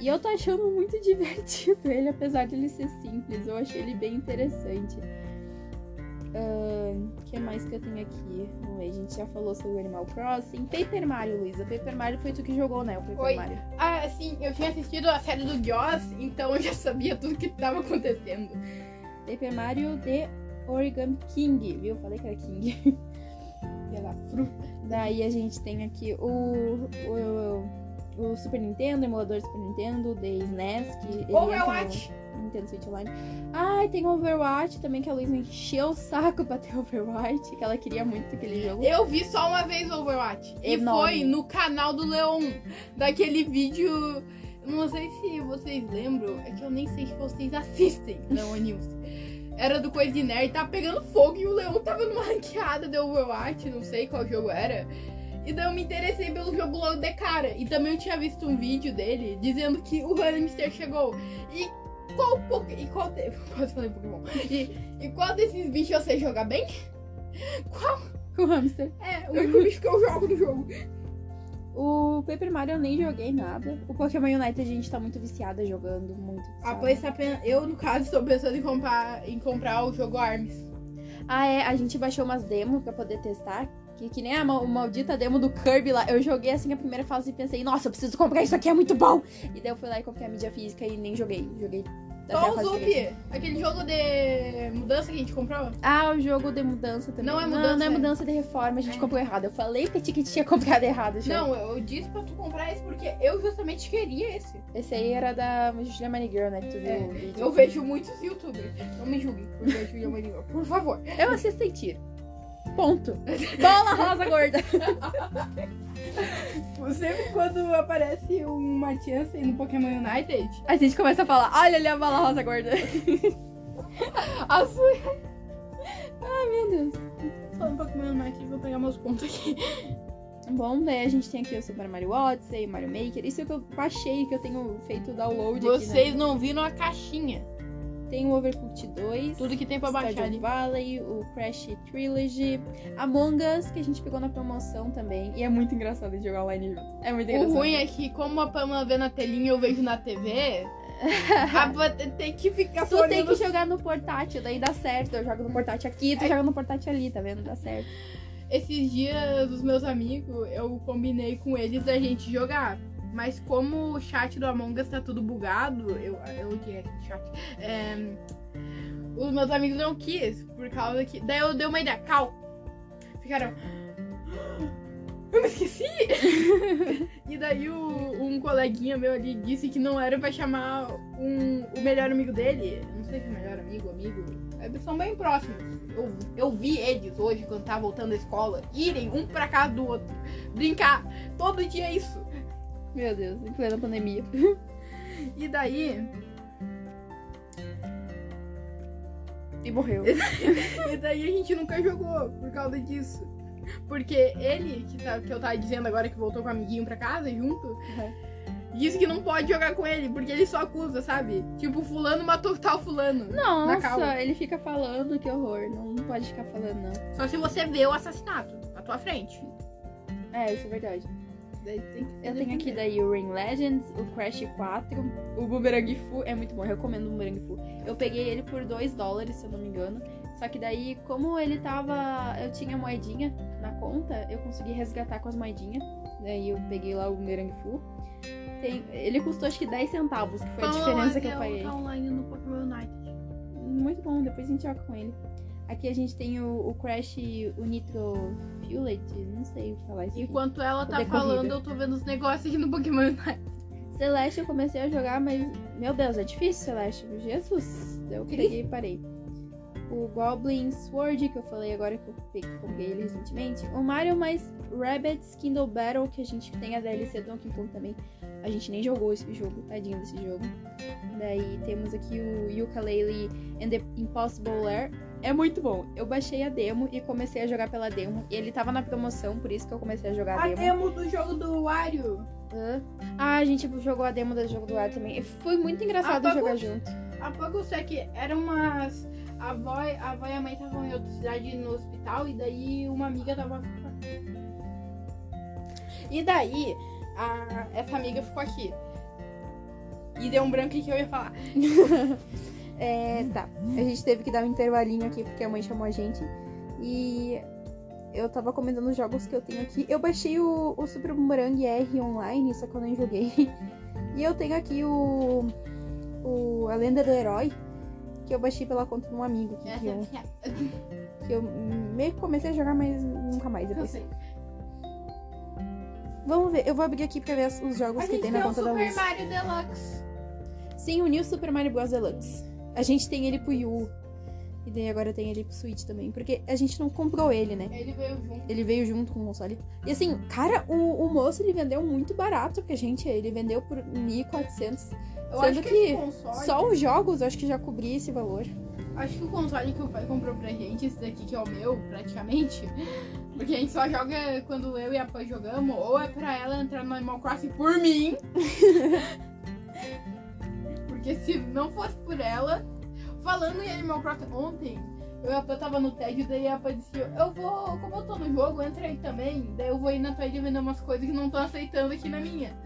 E eu tô achando muito [LAUGHS] divertido ele, apesar de ele ser simples. Eu achei ele bem interessante. Ahn, O que mais que eu tenho aqui? Vamos ver, a gente já falou sobre o Animal Crossing. Paper Mario, Luísa. Paper Mario foi tu que jogou, né? O Paper Foi. Mario. Ah, sim, eu tinha assistido a série do Joss, então eu já sabia tudo que tava acontecendo. Paper Mario de Origami King, viu? Falei que era King. [LAUGHS] Pela fruta. Daí a gente tem aqui o, o, o Super Nintendo, emulador de Super Nintendo, The SNES, que ele Overwatch! entra no Nintendo Switch Online. Ai, tem Overwatch também, que a Luísa encheu o saco [LAUGHS] pra ter Overwatch, que ela queria muito aquele jogo. Eu vi só uma vez Overwatch. E Enorme. foi no canal do Leon. Daquele vídeo. Não sei se vocês lembram. É que eu nem sei se vocês assistem [LAUGHS] Leon News. Era do Coisa de Nerd, tava pegando fogo e o Leon tava numa [LAUGHS] ranqueada de Overwatch, não sei qual jogo era. E daí eu me interessei pelo jogo logo de cara. E também eu tinha visto um vídeo dele dizendo que o Hamster chegou. E qual, po- e qual, de- [LAUGHS] quase falei Pokémon. E, e qual desses bichos você joga bem? Qual O hamster. é, o único bicho que eu jogo no jogo. O Paper Mario eu nem joguei nada. O Pokémon Unite a gente tá muito viciada jogando, muito A viciada. Play está pen- Eu, no caso, estou pensando em comprar, em comprar o jogo Arms. Ah, é, a gente baixou umas demos pra poder testar. Que, que nem a mal- maldita demo do Kirby lá. Eu joguei assim a primeira fase e pensei, nossa, eu preciso comprar isso aqui, é muito bom. E daí eu fui lá e comprei a mídia física e nem joguei. Joguei até a Só o fase Zup, três. aquele jogo de mudança que a gente comprou. Ah, o jogo de mudança também. Não é Não, mudança, é é. mudança de reforma, a gente É. comprou errado. Eu falei pra ti que tinha [LAUGHS] comprado errado. gente. Não, eu eu disse pra tu comprar esse porque eu justamente queria esse. Esse aí era da Julia Manigirl, né? Que tu viu É, o vídeo. Eu vejo muitos youtubers. Não me julguem, porque eu julguei uma [LAUGHS] língua. Por favor. Eu assisto e [LAUGHS] tiro. Ponto. Bola rosa gorda. Sempre quando aparece uma chance no Pokémon [LAUGHS] United, A gente começa a falar, olha ali a bola rosa gorda. a sua... Ah, Ai, meu Deus. Falando em Pokémon United, vou pegar meus pontos aqui. Bom, daí a gente tem aqui o Super Mario Odyssey, Mario Maker. Isso é o que eu baixei, que eu tenho feito download aqui, Vocês não viram a caixinha. né? Tem o Overcooked 2, Tudo que tem pra baixar né? Stardew ali. Valley, o Crash Trilogy, Among Us, que a gente pegou na promoção também. E é muito engraçado de jogar online junto. É muito O engraçado. ruim é que, como a Pamela vê na telinha e eu vejo [LAUGHS] na TV, a Pamela tem que ficar Tu tem olhando- que jogar no portátil, daí dá certo. Eu jogo no portátil aqui, É. tu joga no portátil ali, tá vendo? Dá certo. Esses dias, os meus amigos, eu combinei com eles a gente jogar. Mas como o chat do Among Us tá tudo bugado, eu, eu odiei aquele chat. é, os meus amigos não quis, por causa que. Daí eu dei uma ideia, cal. Ficaram. "Ah, Eu me esqueci! [LAUGHS] e daí o- um coleguinha meu ali disse que não era pra chamar um, o melhor amigo dele. Não sei se é melhor amigo, amigo. Eles são bem próximos. Eu, eu vi eles hoje quando tava voltando da escola irem um pra casa do outro. Brincar. Todo dia é isso. Meu Deus, em plena pandemia. E daí. E morreu. E daí a gente nunca jogou por causa disso. Porque ele, que, tá, que eu tava dizendo agora que voltou com o amiguinho pra casa junto, disse que não pode jogar com ele, porque ele só acusa, sabe? Tipo, fulano matou tal fulano. Na calma. Nossa, ele fica falando, que horror. Não, não pode ficar falando, não. Só se você vê o assassinato na tua frente. É, isso é verdade. Daí tem que se Eu tenho aqui defender. daí o Ring Legends, o Crash 4, o Boomerang Fu. É muito bom, eu recomendo o Boomerang Fu. Eu peguei ele por 2 dólares, se eu não me engano. Só que daí, como ele tava. Eu tinha moedinha na conta, eu consegui resgatar com as moedinhas. Daí eu peguei lá o Boomerang Fu. Tem- Ele custou acho que 10 centavos, que foi a Paulo diferença que eu Aguel paguei. tá online no Pokémon United. Muito bom, depois a gente joga com ele. Aqui a gente tem o, o Crash o Nitro Fuelet, não sei falar isso. aqui. Enquanto ela tá Decorrida. falando, eu tô vendo os negócios aqui no Pokémon United. Celeste eu comecei a jogar, mas. Meu Deus, é difícil, Celeste. Jesus. Eu peguei e parei. O Goblin Sword, que eu falei agora que eu pe- peguei ele recentemente. O Mario mais Rabbids Kindle Battle, que a gente tem a DLC do Donkey Kong também. A gente nem jogou esse jogo, tadinho desse jogo. Daí temos aqui o Yooka-Laylee and the Impossible Lair. É muito bom. Eu baixei a demo e comecei a jogar pela demo. E ele tava na promoção, por isso que eu comecei a jogar a, A demo do jogo do Wario. Hã? Ah, a gente jogou a demo do jogo do ar também. E Foi muito engraçado Ah, jogar bagulho. junto. Há pouco eu sei que era umas. A avó, a avó e a mãe estavam em outra cidade no hospital e daí uma amiga tava. E daí, a- essa amiga ficou aqui. E deu um branco que eu ia falar. É, tá. A gente teve que dar um intervalinho aqui porque a mãe chamou a gente. E eu tava comentando os jogos que eu tenho aqui. Eu baixei o, o Super Boomerang R online, só que eu nem joguei. [LAUGHS] E eu tenho aqui o, o A Lenda do Herói, que eu baixei pela conta de um amigo. Que, que, Essa eu, é que eu meio que comecei a jogar, mas nunca mais eu depois. sei. Vamos ver, eu vou abrir aqui pra ver as- os jogos A que gente tem na tem o conta da Super Luiz. Mario Deluxe. Sim, o New Super Mario Bros. Deluxe. A gente tem ele pro Wii U. E daí agora tem ele pro Switch também. Porque a gente não comprou ele, né? Ele veio junto. Ele veio junto com o console. E assim, cara, o, o moço ele vendeu muito barato pra gente. Ele vendeu por 1.400. Eu Sendo acho que, que esse console. Só os jogos eu acho que já cobria esse valor. Acho que o console que o pai comprou pra gente, esse daqui que é o meu, praticamente. [LAUGHS] Porque a gente só joga quando eu e a Pai jogamos, ou é pra ela entrar no Animal Crossing por mim. Porque se não fosse por ela. Falando em Animal Crossing ontem, eu e a Pai tava no TED, daí a Pai disse: Eu vou, como eu tô no jogo, entra aí também. Daí eu vou ir na tua ilha vender umas coisas que não tô aceitando aqui na minha.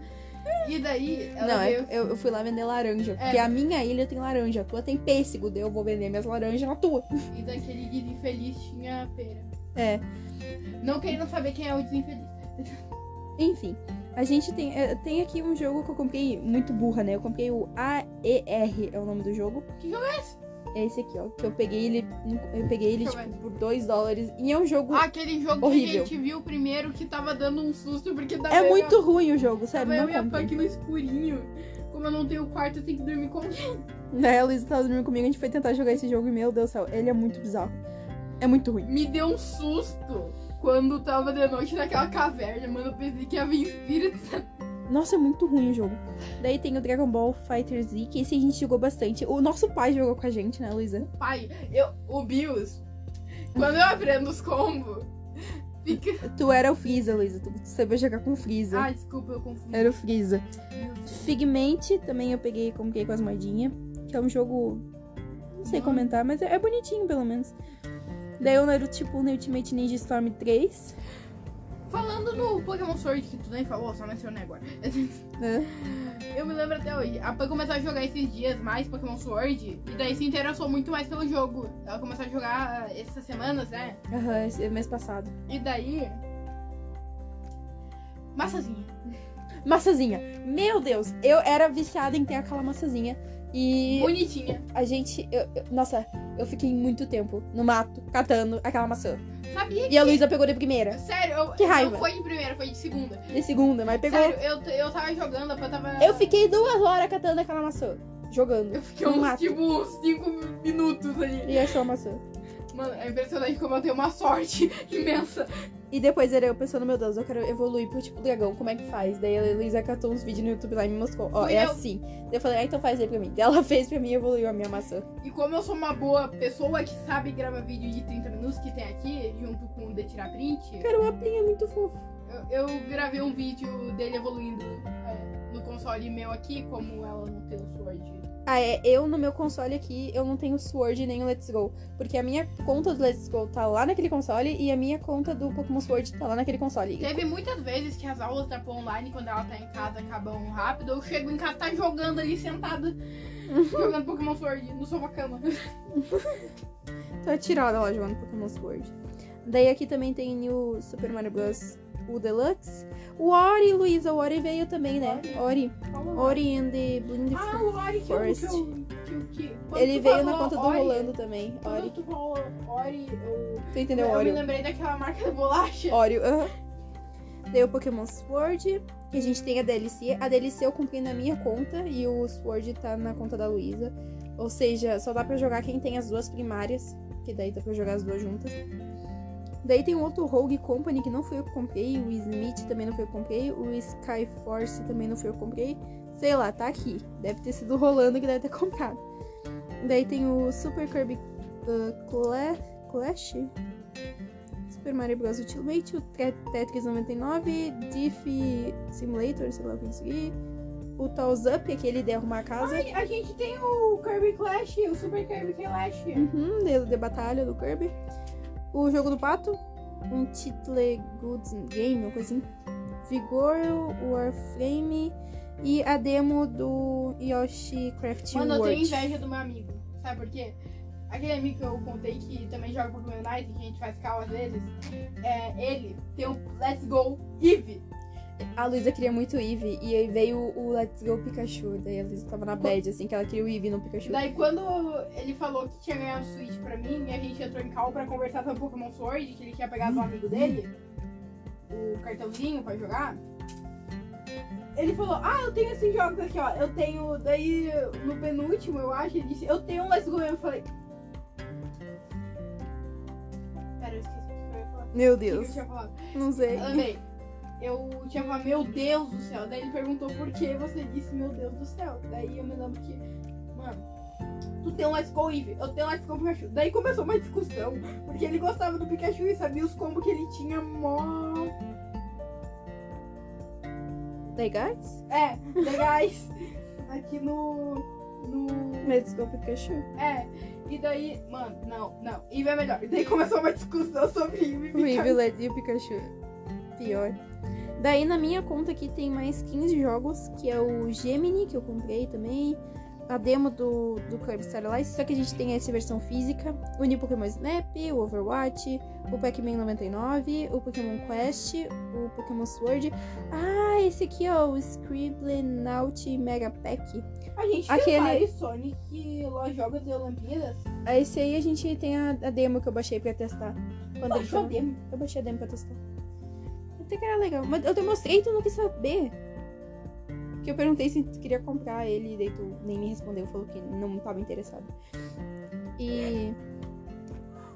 E daí. Ela não, é veio... eu, eu- eu fui lá vender laranja. Porque a minha ilha tem laranja, a tua tem pêssego. Daí eu vou vender minhas laranjas na tua. E daquele guia infeliz tinha a pera. É. Não querendo saber quem é o desinfeliz. Enfim, a gente tem, eh, tem aqui um jogo que eu comprei muito burra, né? Eu comprei o AER, é o nome do jogo. Que jogo é esse? É esse aqui, ó. Que eu peguei ele, no- eu peguei ele Deixa eu Ah, tipo, por 2 dólares. E é um jogo. Aquele jogo que Horrível. a gente viu primeiro que tava dando um susto porque tava. é eu e a- muito ruim o jogo, sério. Tava Tá eu Não e a compra. Punk no escurinho. Como eu não tenho quarto, eu tenho que dormir com alguém. Né, a Luísa tava dormindo comigo, a gente foi tentar jogar esse jogo e, meu Deus do céu, ele é muito bizarro. É muito ruim. Me deu um susto quando tava de noite naquela caverna, mano. Eu pensei que ia vir espírito. Nossa, é muito ruim o jogo. Daí tem o Dragon Ball Fighter Z, que esse a gente jogou bastante. O nosso pai jogou com a gente, né, Luísa? Pai, eu. O Bios. Quando eu aprendo os combos. Fica. Tu era o Freeza, Luísa. Tu sabia jogar com o Freeza. Ah, desculpa, eu confundi. Era o Freeza. Figment também eu peguei e comprei com as moedinhas. Que é um jogo. Não sei Hum. comentar, mas é, é bonitinho pelo menos. Daí o Naruto tipo no Ultimate Ninja Storm 3. Falando no Pokémon Sword que tu nem falou, só mencionei agora. né? Eu me lembro até hoje. A Pan começou a jogar esses dias mais Pokémon Sword. E daí se interessou muito mais pelo jogo. Ela começou a jogar ah, essas semanas, né? Aham, esse é mês passado. E daí. Massazinha. Massazinha. Meu Deus, eu era viciada em ter aquela massazinha. E Bonitinha. a gente. eu- eu- nossa, eu fiquei muito tempo no mato, catando aquela maçã. Sabia E a Luísa pegou de primeira, Sério, eu, Que raiva. não foi de primeira, foi de segunda. de segunda, mas pegou. Sério, eu, t- eu tava jogando, a Pan tava. Eu fiquei duas horas catando aquela maçã. Jogando. Eu fiquei no uns, mato. tipo, uns 5 minutos ali. E achou a maçã. Mano, é impressionante como eu tenho uma sorte [LAUGHS] imensa. E depois era eu pensando, meu Deus, eu quero evoluir pro tipo dragão, como é que faz? Daí a Luísa catou uns vídeos no YouTube lá e me mostrou, ó, Fui é eu. assim. Daí eu falei, ah, então faz aí pra mim. Daí ela [LAUGHS] fez pra mim e evoluiu a minha maçã. E como eu sou uma boa pessoa que sabe gravar vídeo de 30 minutos que tem aqui, junto com o de tirar print. Cara, o Aplin é muito fofo. Eu, eu gravei um vídeo dele evoluindo é, no console meu aqui, como ela não tem o Sword. Ah, é, eu no meu console aqui, eu não tenho Sword nem o Let's Go. Porque a minha conta do Let's Go tá lá naquele console e a minha conta do Pokémon Sword tá lá naquele console. Teve muitas vezes que as aulas da Pão Online, quando ela tá em casa, acabam rápido. Eu chego em casa, tá jogando [LAUGHS] ali sentada, jogando Pokémon Sword no sofá cama. Tô atirada é lá jogando Pokémon Sword. Daí aqui também tem o Super Mario Bros. O Deluxe. O Ori, Luísa, o Ori veio também, né? Ori. Ori and the Blind Ah, o Ori que eu- Forest. que eu- que eu- que- quando Ele tu veio na falou conta do Ori, Rolando também. Quando Ori. tu falou Ori, eu, Tu entendeu, eu me Oreo? lembrei daquela marca de bolacha. Oreo, aham. Daí o Pokémon Sword, que a Uhum. gente tem a DLC. A DLC eu comprei na minha conta e o Sword tá na conta da Luísa. Ou seja, só dá pra jogar quem tem as duas primárias, que daí dá pra jogar as duas juntas. Daí tem o outro Rogue Company que não foi eu que comprei, o Smith também não foi eu que comprei, o Skyforce também não foi eu que comprei. Sei lá, tá aqui. Deve ter sido rolando que deve ter [LAUGHS] comprado. Daí tem o Super Kirby uh, Cla- Clash? Super Mario Bros. Ultimate, o Tre- Tetris 99, Diff Simulator, sei lá o que isso aqui. O Tails Up, aquele de arrumar a casa. A gente tem o Kirby Clash, o Super Kirby Clash. Uhum, de, de batalha do Kirby. O jogo do pato. Um Title Goods Game, uma coisa assim. Vigor, Warframe. E a demo do Yoshi Craft Mano, eu tenho World. inveja do meu amigo. Sabe por quê? Aquele amigo que eu contei que também joga Pokémon Unite, que a gente faz cal às vezes, é, ele tem o Let's Go Eve. A Luísa queria muito o Eevee. E aí veio o Let's Go Pikachu. Daí a Luísa tava na bad, assim, que ela queria o Eevee no Pikachu. Daí quando ele falou que tinha ganhado o Switch pra mim, e a gente entrou em cal pra conversar sobre Pokémon Sword, que ele tinha pegado um amigo dele, o cartãozinho pra jogar. Ele falou, ah, eu tenho esses jogos aqui, ó. Eu tenho. Daí, no penúltimo, eu acho, ele disse, eu tenho um Let's Go Eve. Eu falei. Pera, eu esqueci o que eu ia falar. Meu O que que Deus, eu tinha falado? não sei. Amei. Eu tinha falado, meu Deus do céu. Daí ele perguntou por que você disse, meu Deus do céu. Daí eu me lembro que, mano, tu tem um Let's Go Eve, eu tenho um Let's Go Pikachu. Daí começou uma discussão, porque ele gostava do Pikachu e sabia os combos que ele tinha mó. Legais? É, legais. [LAUGHS] Aqui no. No. Let's Go Pikachu. É. E daí, mano, não, não. Eve é melhor. E daí começou uma discussão sobre Eve e O Pikachu. Eevee, o Let's e o Pikachu. Pior. Daí na minha conta aqui tem mais 15 jogos, que é o Gemini, que eu comprei também. A demo do, do Kirby Starlight, só que a gente tem essa versão física. O New Pokémon Snap, o Overwatch, o Pac-Man 99, o Pokémon Quest, o Pokémon Sword. Ah, esse aqui, ó, o Scribblenaut Mega Pack. A gente Aquele- tem vários Sonic lá joga de Olimpíadas. Ah, Esse aí a gente tem a, a demo que eu baixei pra testar. Quando [LAUGHS] ele Baixou a tava- demo. Eu baixei a demo pra testar. Até que era legal. Mas eu te mostrei e tu não quis saber. Que eu perguntei se tu queria comprar ele e daí tu nem me respondeu. Falou que não tava interessado. E...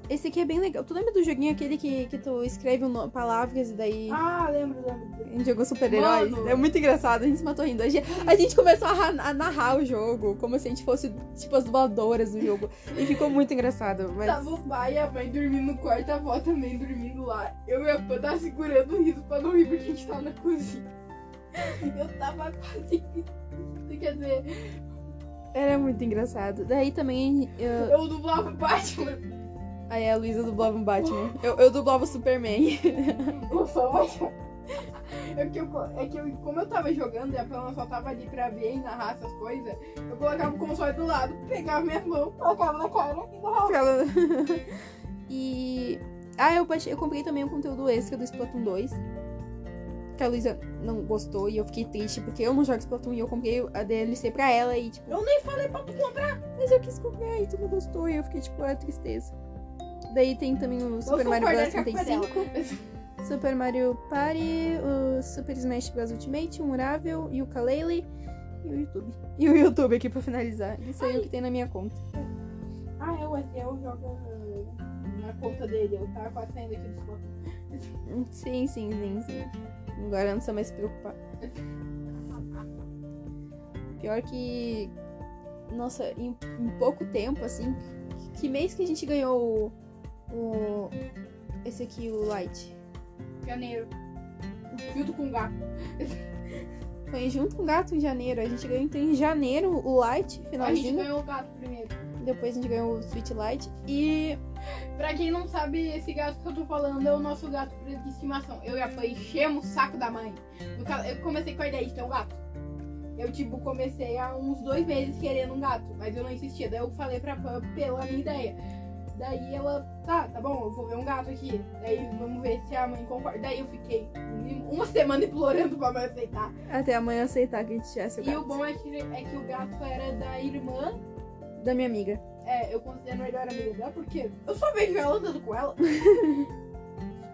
Esse aqui é bem legal. Tu lembra do joguinho aquele que, que tu escreve um no- palavras e daí... Ah, lembro, lembro. A gente jogou super-heróis. Mano! É muito engraçado, a gente se matou rindo. A gente, a gente começou a, ra- a narrar o jogo, como se a gente fosse, tipo, as dubladoras do jogo. E ficou muito engraçado. Mas... Tava o pai e a mãe dormindo no quarto, a avó também dormindo lá. Eu e a Pan tava segurando o riso pra não rir porque a gente tava na cozinha. Eu tava quase. Quer dizer, Era muito engraçado. Daí também eh, eu- eu dublava o Batman. Aí a Luísa dublava um Batman. Eu, eu dublava o [LAUGHS] Superman. Eu só baixava. É que, eu, co- é que eu, como eu tava jogando e a Pan só tava ali pra ver e narrar essas coisas, eu colocava o console do lado, pegava minha mão, colocava na cara e narrava. Ela- e. Ah, eu, baixei- eu comprei também o conteúdo extra do Splatoon 2. Que a Luísa não gostou e eu fiquei triste porque eu não jogo Splatoon e eu comprei a DLC pra ela e tipo. Eu nem falei pra tu comprar. Mas eu quis comprar e tu não gostou e eu fiquei tipo, é tristeza. Daí tem também o Super sou Mario Bros. cordel com a 35. Super Mario Party, o Super Smash Bros Ultimate, o Murável e o Kalele e o YouTube. E o YouTube aqui pra finalizar. Isso aí é o que tem na minha conta. Ah, é, o Etel joga eh, na conta dele. Eu tava quase saindo aqui do spot. Sim, sim, sim, sim. Agora eu não sei mais se preocupar. Pior que. Nossa, em, em pouco tempo, assim. Que mês que a gente ganhou o. o- esse aqui, o Light? Janeiro. Junto com o gato. Foi junto com o gato em janeiro. A gente ganhou então em janeiro o Light, A gente finalzinho. ganhou o gato primeiro. Depois a gente ganhou o Sweet Light. E Pra quem não sabe, esse gato que eu tô falando é o nosso gato preto de estimação. Eu e a Pan enchemos o saco da mãe. No caso, eu comecei com a ideia de ter um gato. Eu, tipo, comecei há uns dois meses querendo um gato, mas eu não insistia. Daí eu falei pra Pan pela minha ideia. Daí ela, tá, tá bom, eu vou ver um gato aqui. Daí vamos ver se a mãe concorda. Daí eu fiquei um, uma semana implorando pra mãe aceitar. até amanhã aceitar que a gente tivesse o E gato. o bom é que, é que o gato era da irmã. Da minha amiga. É, eu considero a melhor amiga dela, porque eu só vejo ela andando [LAUGHS] com ela. Tipo,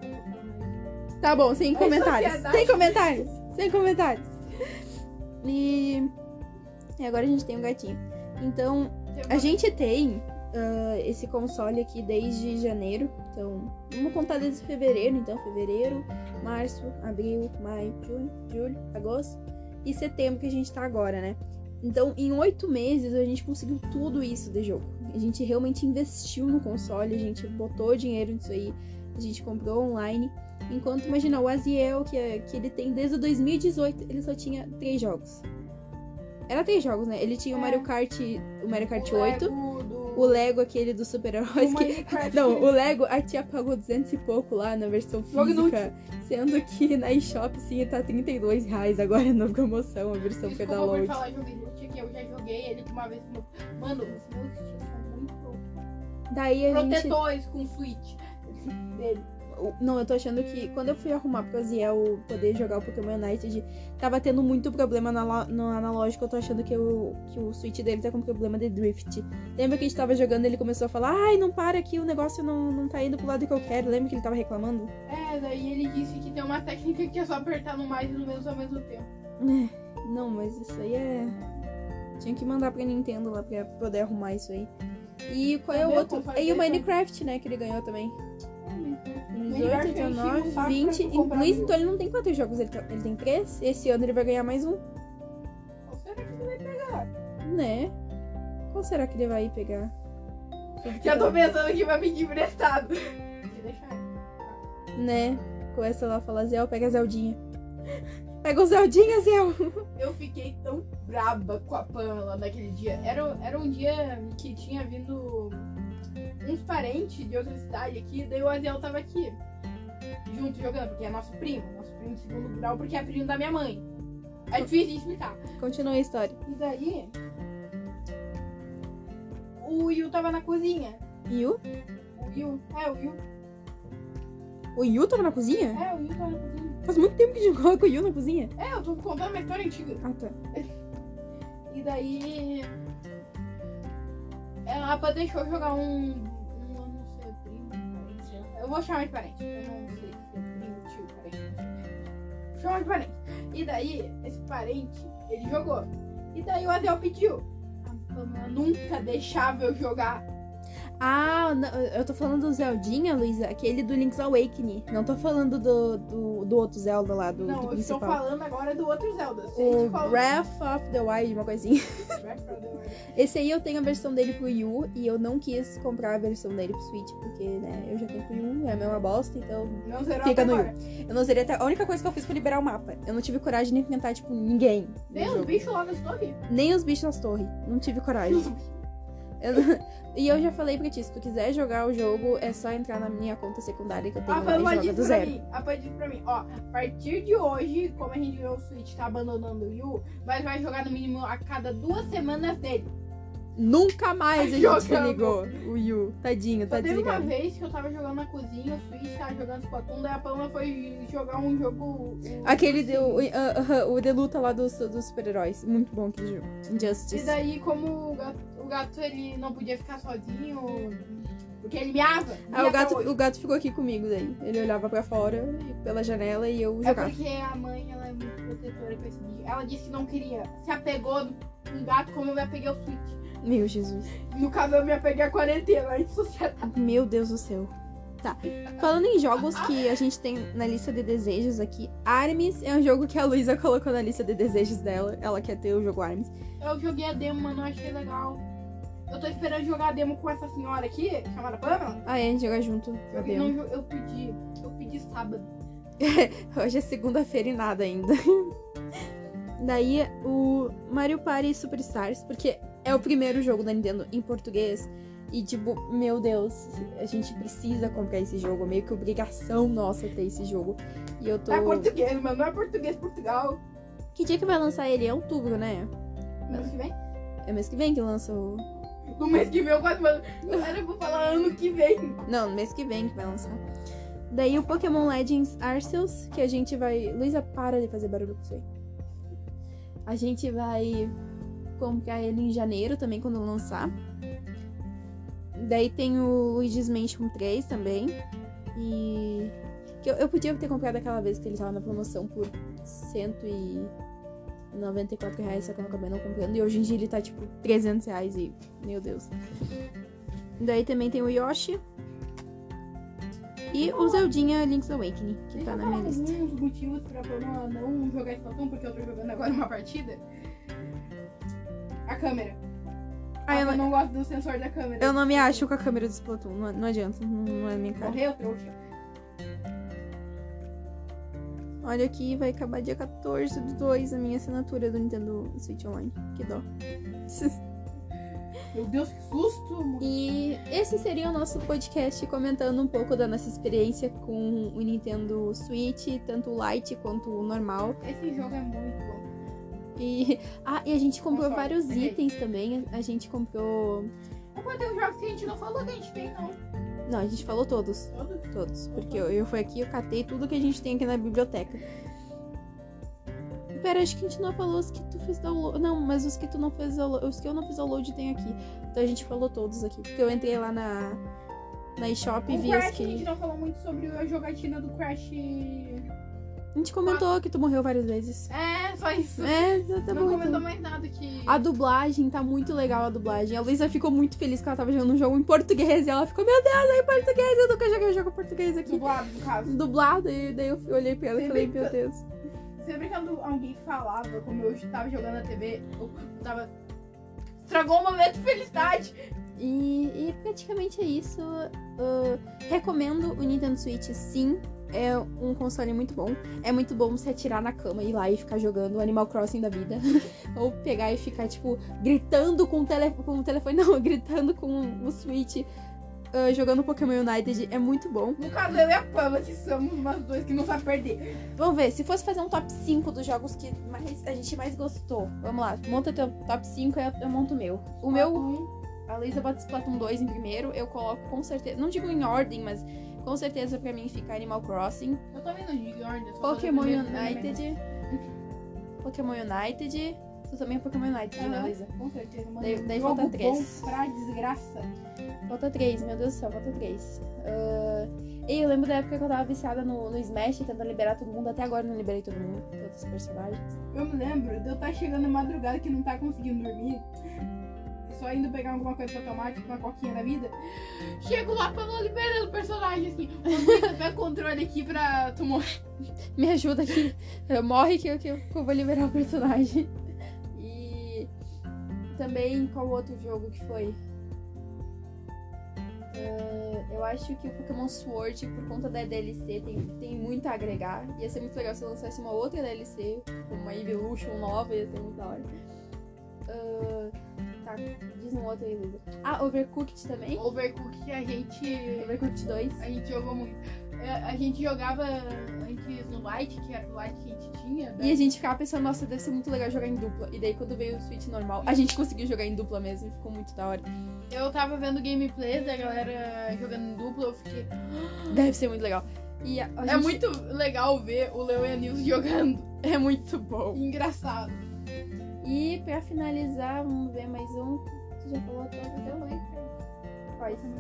Tá bom, sem Mas comentários. sociedade. Sem comentários. Sem comentários. E... e agora a gente tem um gatinho. Então, tenho A gente tem ah, esse console aqui desde janeiro. Então, vamos contar desde fevereiro, então. Fevereiro, março, abril, maio, junho, julho, agosto e setembro que a gente tá agora, né? Então, em oito meses, a gente conseguiu tudo isso de jogo. A gente realmente investiu no console, a gente botou dinheiro nisso aí, a gente comprou online. Enquanto, imagina, o Aziel, que, é- que ele tem desde 2018, ele só tinha três jogos. Era três jogos, né? Ele tinha o É. Mario Kart, o Mario Kart um o 8, Lego do- o Lego aquele dos super-heróis do que... [LAUGHS] Minecraft. Não, o Lego a tia pagou 200 e pouco lá na versão Logo física, sendo que na eShop sim tá R$ 32 reais agora na promoção, a versão Desculpa pedaload. por falar jogo de chute, que eu já joguei ele de uma vez. no- Mano, os meus cheats são muito... Daí a gente... Protetores com switch dele. o- Não, eu tô achando que quando eu fui arrumar pro Aziel poder jogar o Pokémon United, tava tendo muito problema no, ala- no analógico. Eu tô achando que o, que o Switch dele tá com problema de drift. Lembra que a gente tava jogando ele começou a falar: ai, não para aqui, o negócio não, não tá indo pro lado que eu quero. Lembra que ele tava reclamando? É, daí ele disse que tem uma técnica que é só apertar no mais e no menos ao mesmo tempo. Não, mas isso aí é. Tinha que mandar pra Nintendo lá pra poder arrumar isso aí. E qual é o Cadê o outro? console E o dele? Minecraft, né, que ele ganhou também. Ele 18, vai encher é o 19, saco pra 20. tu E comprar Luiz, um. então ele não tem quatro jogos, ele, tá- ele tem três. Esse ano ele vai ganhar mais um, Qual será que é? vai- né? Qual será que ele vai pegar? Já tô pensando que vai pedir emprestado. Deixa eu deixar. Né? Começa lá a falar, Zel, pega a Zeldinha. [LAUGHS] Pega o Zeldinha, Zel! Eu fiquei tão braba com a Pamela naquele dia. Era, era um dia que tinha vindo uns parentes de outra cidade aqui, daí o Aziel tava aqui, junto jogando, porque é nosso primo, nosso primo de segundo grau, porque é primo da minha mãe. É difícil de explicar. Continua a história. E daí. O Will tava na cozinha. Yu? O Will. É, o Will. O Yu tava na cozinha? É, o Will tava na cozinha. Faz muito tempo que a gente coloca o Yu na cozinha. É, eu tô contando uma história antiga. Ah, tá. E daí. Ela apa deixou eu jogar um. um eu não sei, primo, parente. sei lá. Eu vou chamar de parente. Eu não sei se é primo, tio, parente. Vou Chamar de parente. E daí, esse parente, ele jogou. E daí o Adel pediu. A Pamela nunca deixava eu jogar. Ah, não, eu tô falando do Zeldinha, Luísa, aquele do Link's Awakening. Não tô falando do, do, do outro Zelda lá, do, não, do eu estou principal. falando agora do outro Zelda. Se a O gente falou- Breath of the Wild, uma coisinha. [LAUGHS] Breath Esse aí eu tenho a versão dele pro Wii U e eu não quis comprar a versão dele pro Switch, porque, né, eu já tenho pro Wii U, é a mesma bosta, então. Não zerou Fica até no agora. Eu não seria até. A única coisa que eu fiz foi liberar o mapa. Eu não tive coragem de enfrentar, tipo, ninguém. no Tem uns jogo. bichos lá nas torres. Nem os bichos nas torres. Não tive [LAUGHS] coragem. Eu não- E eu já falei pra ti, se tu quiser jogar o jogo, é só entrar na minha conta secundária que eu tenho A lá Pamela e joga do disse pra zero. mim, a Pamela disse pra mim, ó, a partir de hoje, como a gente jogou o Switch, tá abandonando o Yu, mas vai jogar no mínimo a cada duas semanas dele. Nunca mais a gente Jogamos. ligou o Yu. Tadinho, Só tá teve uma desligado. vez que eu tava jogando na cozinha, o Switch tava jogando Splatoon, daí a Pamela foi jogar um jogo... um- Aquele de, o, ah, ah, o de luta lá dos, dos super-heróis. Muito bom aquele jogo. E Injustice. daí, como o gato, o gato, ele não podia ficar sozinho, porque ele miava. Ah, miava o gato, hoje. o gato ficou aqui comigo daí. Ele olhava pra fora, e- pela janela, e eu É jogava. porque a mãe, ela é muito protetora com esse bicho. Ela disse que não queria, se apegou do- um gato como eu me apeguei ao Switch. Meu Jesus. No caso, eu me apeguei à quarentena, a sociedade. Meu Deus do céu. Tá. Falando em jogos que a gente tem na lista de desejos aqui, Arms é um jogo que a Luísa colocou na lista de desejos dela. Ela quer ter o jogo Arms. Eu joguei a demo, mano, eu achei legal. Eu tô esperando jogar a demo com essa senhora aqui, chamada Pamela. Ah, é, a gente joga junto. Meu Joguei, Deus. não, jo- eu pedi. Eu pedi sábado. Hoje é segunda-feira e nada ainda. [LAUGHS] Daí o Mario Party Superstars, porque é o primeiro jogo da Nintendo em português. E tipo, meu Deus, a gente precisa comprar esse jogo. É meio que obrigação nossa ter esse jogo. E eu tô. É português, mano. Não é português, Portugal. Que dia que vai lançar ele? É outubro, né? No mês que vem? É mês que vem que lança o. No mês que vem, eu quase mano. Era pra falar ano que vem. Não, mês que vem que vai lançar. Daí o Pokémon Legends Arceus, que a gente vai. Luísa, para de fazer barulho com isso aí. A gente vai comprar ele em janeiro também, quando lançar. Daí tem o Luigi's Mansion 3 também. E. Que eu, eu podia ter comprado aquela vez que ele tava na promoção por cento e. 94 reais, só que eu acabei não comprando. E hoje em dia ele tá tipo 300 reais e. Meu Deus. Daí também tem o Yoshi. E o Zeldinha Link's Awakening, que Deixa tá eu na falar minha lista. alguns motivos pra Bruna não jogar esse Falcão, porque eu tô jogando agora uma partida. A câmera. Ah, eu eu não, não gosto do sensor da câmera. eu não me acho com a câmera do Splatoon, não, não adianta, não, não é minha cara. Morreu, trouxa. Olha aqui, vai acabar dia 14 do 2 a minha assinatura do Nintendo Switch Online. Que dó. Meu Deus, que susto! morri. E esse seria o nosso podcast comentando um pouco da nossa experiência com o Nintendo Switch, tanto o Lite quanto o normal. Esse jogo é muito bom. E, [LAUGHS] ah, e a gente comprou Console, vários peguei. itens também. A gente comprou. Opa, tem um jogo que a gente não falou que a gente tem, não. Não, a gente falou todos. Todo? Todos. Porque eu, eu fui aqui, eu catei tudo que a gente tem aqui na biblioteca. Pera, acho que a gente não falou os que tu fez download. Não, mas os que tu não fez download. Os que eu não fiz download tem aqui. Então a gente falou todos aqui. Porque eu entrei lá na, na eShop e O vi Crash, os que. a gente não falou muito sobre a jogatina do Crash. A gente comentou que tu morreu várias vezes. É, só isso. É, tá- tá não bom. comentou então. mais nada que. A dublagem tá muito legal a dublagem. A Luísa ficou muito feliz que ela tava jogando um jogo em português. E ela ficou, meu Deus, é em português, eu nunca joguei um jogo em português aqui. Dublado, no caso. Dublado, e daí eu olhei pra ela e Sem falei, meu brincar- Deus. Você lembra quando alguém falava como eu tava jogando na TV? Eu tava. Estragou o momento de felicidade. E, e praticamente é isso. Ah, recomendo o Nintendo Switch, sim. É um console muito bom. É muito bom se atirar na cama e ir lá e ficar jogando Animal Crossing da vida. [LAUGHS] Ou pegar e ficar, tipo, gritando com o, tele- com o telefone. [LAUGHS] Não, gritando com o Switch. ah, jogando Pokémon United. É muito bom. No caso, eu e a Pamela, que somos nós dois que não sabe perder. Vamos ver, se fosse fazer um top 5 dos jogos que mais, a gente mais gostou. Vamos lá, monta teu top 5 e eu, eu monto o meu. O meu, Um, a Luísa bota Splatoon 2 em primeiro, eu coloco com certeza, não digo em ordem, mas com certeza pra mim fica Animal Crossing, Eu também não digo ordem. eu só Pokémon falei primeiro, primeiro, United, Pokémon United, tu também é Pokémon United, né, Aham. Luísa? primeiro. Com certeza, mano. Daí- daí Jogo falta três. Bom pra desgraça. Falta 3, meu Deus do céu, falta 3. e eu lembro da época que eu tava viciada no, no Smash, tentando liberar todo mundo, até agora eu não liberei todo mundo, todos os personagens. Eu me lembro de eu estar chegando na madrugada que não tá conseguindo dormir. Só indo pegar alguma coisa pra tomar, tipo uma coquinha da vida. Chego lá pra não liberando o personagem, assim. Ô, pega o controle aqui pra tu morrer. me ajuda aqui. Eu- Morre que eu, que eu- que eu vou liberar o personagem. E também qual outro jogo que foi? Ah, eu acho que o Pokémon Sword, por conta da DLC, tem, tem muito a agregar. Ia ser muito legal se lançasse uma outra DLC, com uma Evolution nova, ia ser muito da hora. Ah, tá, diz um outro aí, Luísa. Ah, Overcooked também? Overcooked a gente. Overcooked 2. A gente jogou muito. É, A gente jogava antes no Light, que era o Light que a gente tinha. né? E a gente ficava pensando, nossa, deve ser muito legal jogar em dupla. E daí quando veio o Switch normal, a gente conseguiu jogar em dupla mesmo, e ficou muito da hora. Eu tava vendo gameplays da galera jogando em dupla, eu fiquei. Deve ser muito legal. E a- a É gente- muito legal ver o Leon e a Nils jogando. é muito bom. Engraçado. E pra finalizar, vamos ver mais um. Tu já falou todo teu nome, um Quais? um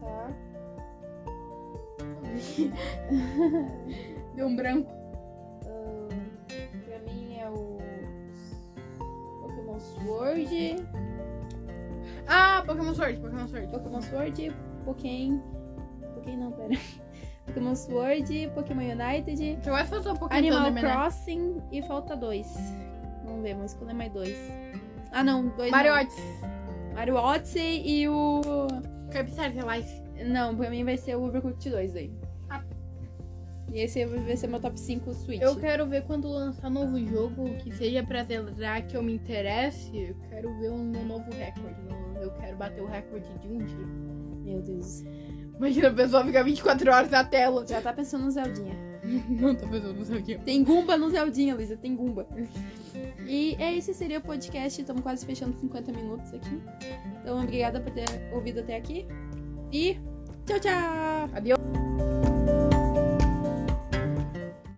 Tá. Deu um branco. Ahn, pra mim é o Pokémon Sword, Ah, Pokémon Sword, Pokémon Sword. Pokémon Sword, Pokémon... Pokémon não, pera. [LAUGHS] Pokémon Sword, Pokémon United, Você gosta de fazer um Pokémon Animal Thunder, né? Crossing e falta dois. Vamos ver, vamos escolher mais dois. Ah, não, dois. Mario não. Odyssey. Mario Odyssey e o. Kirby Star Life. Não, pra mim vai ser o Overcooked 2 aí. Ah. E esse vai ser meu top 5 Switch. Eu quero ver quando lançar novo jogo que seja pra zerar que eu me interesse. Eu quero ver um novo recorde. Eu- Eu quero bater o recorde de um dia. Meu Deus. Imagina a pessoa ficar 24 horas na tela. Já tá pensando no Zeldinha. Não, tá pensando no seu dia. Tem Gumba no Zeldinha, Luísa, tem [LAUGHS] Gumba. E é esse seria o podcast. Estamos quase fechando 50 minutos aqui. Então, obrigada por ter ouvido até aqui. E tchau, tchau! Adeus.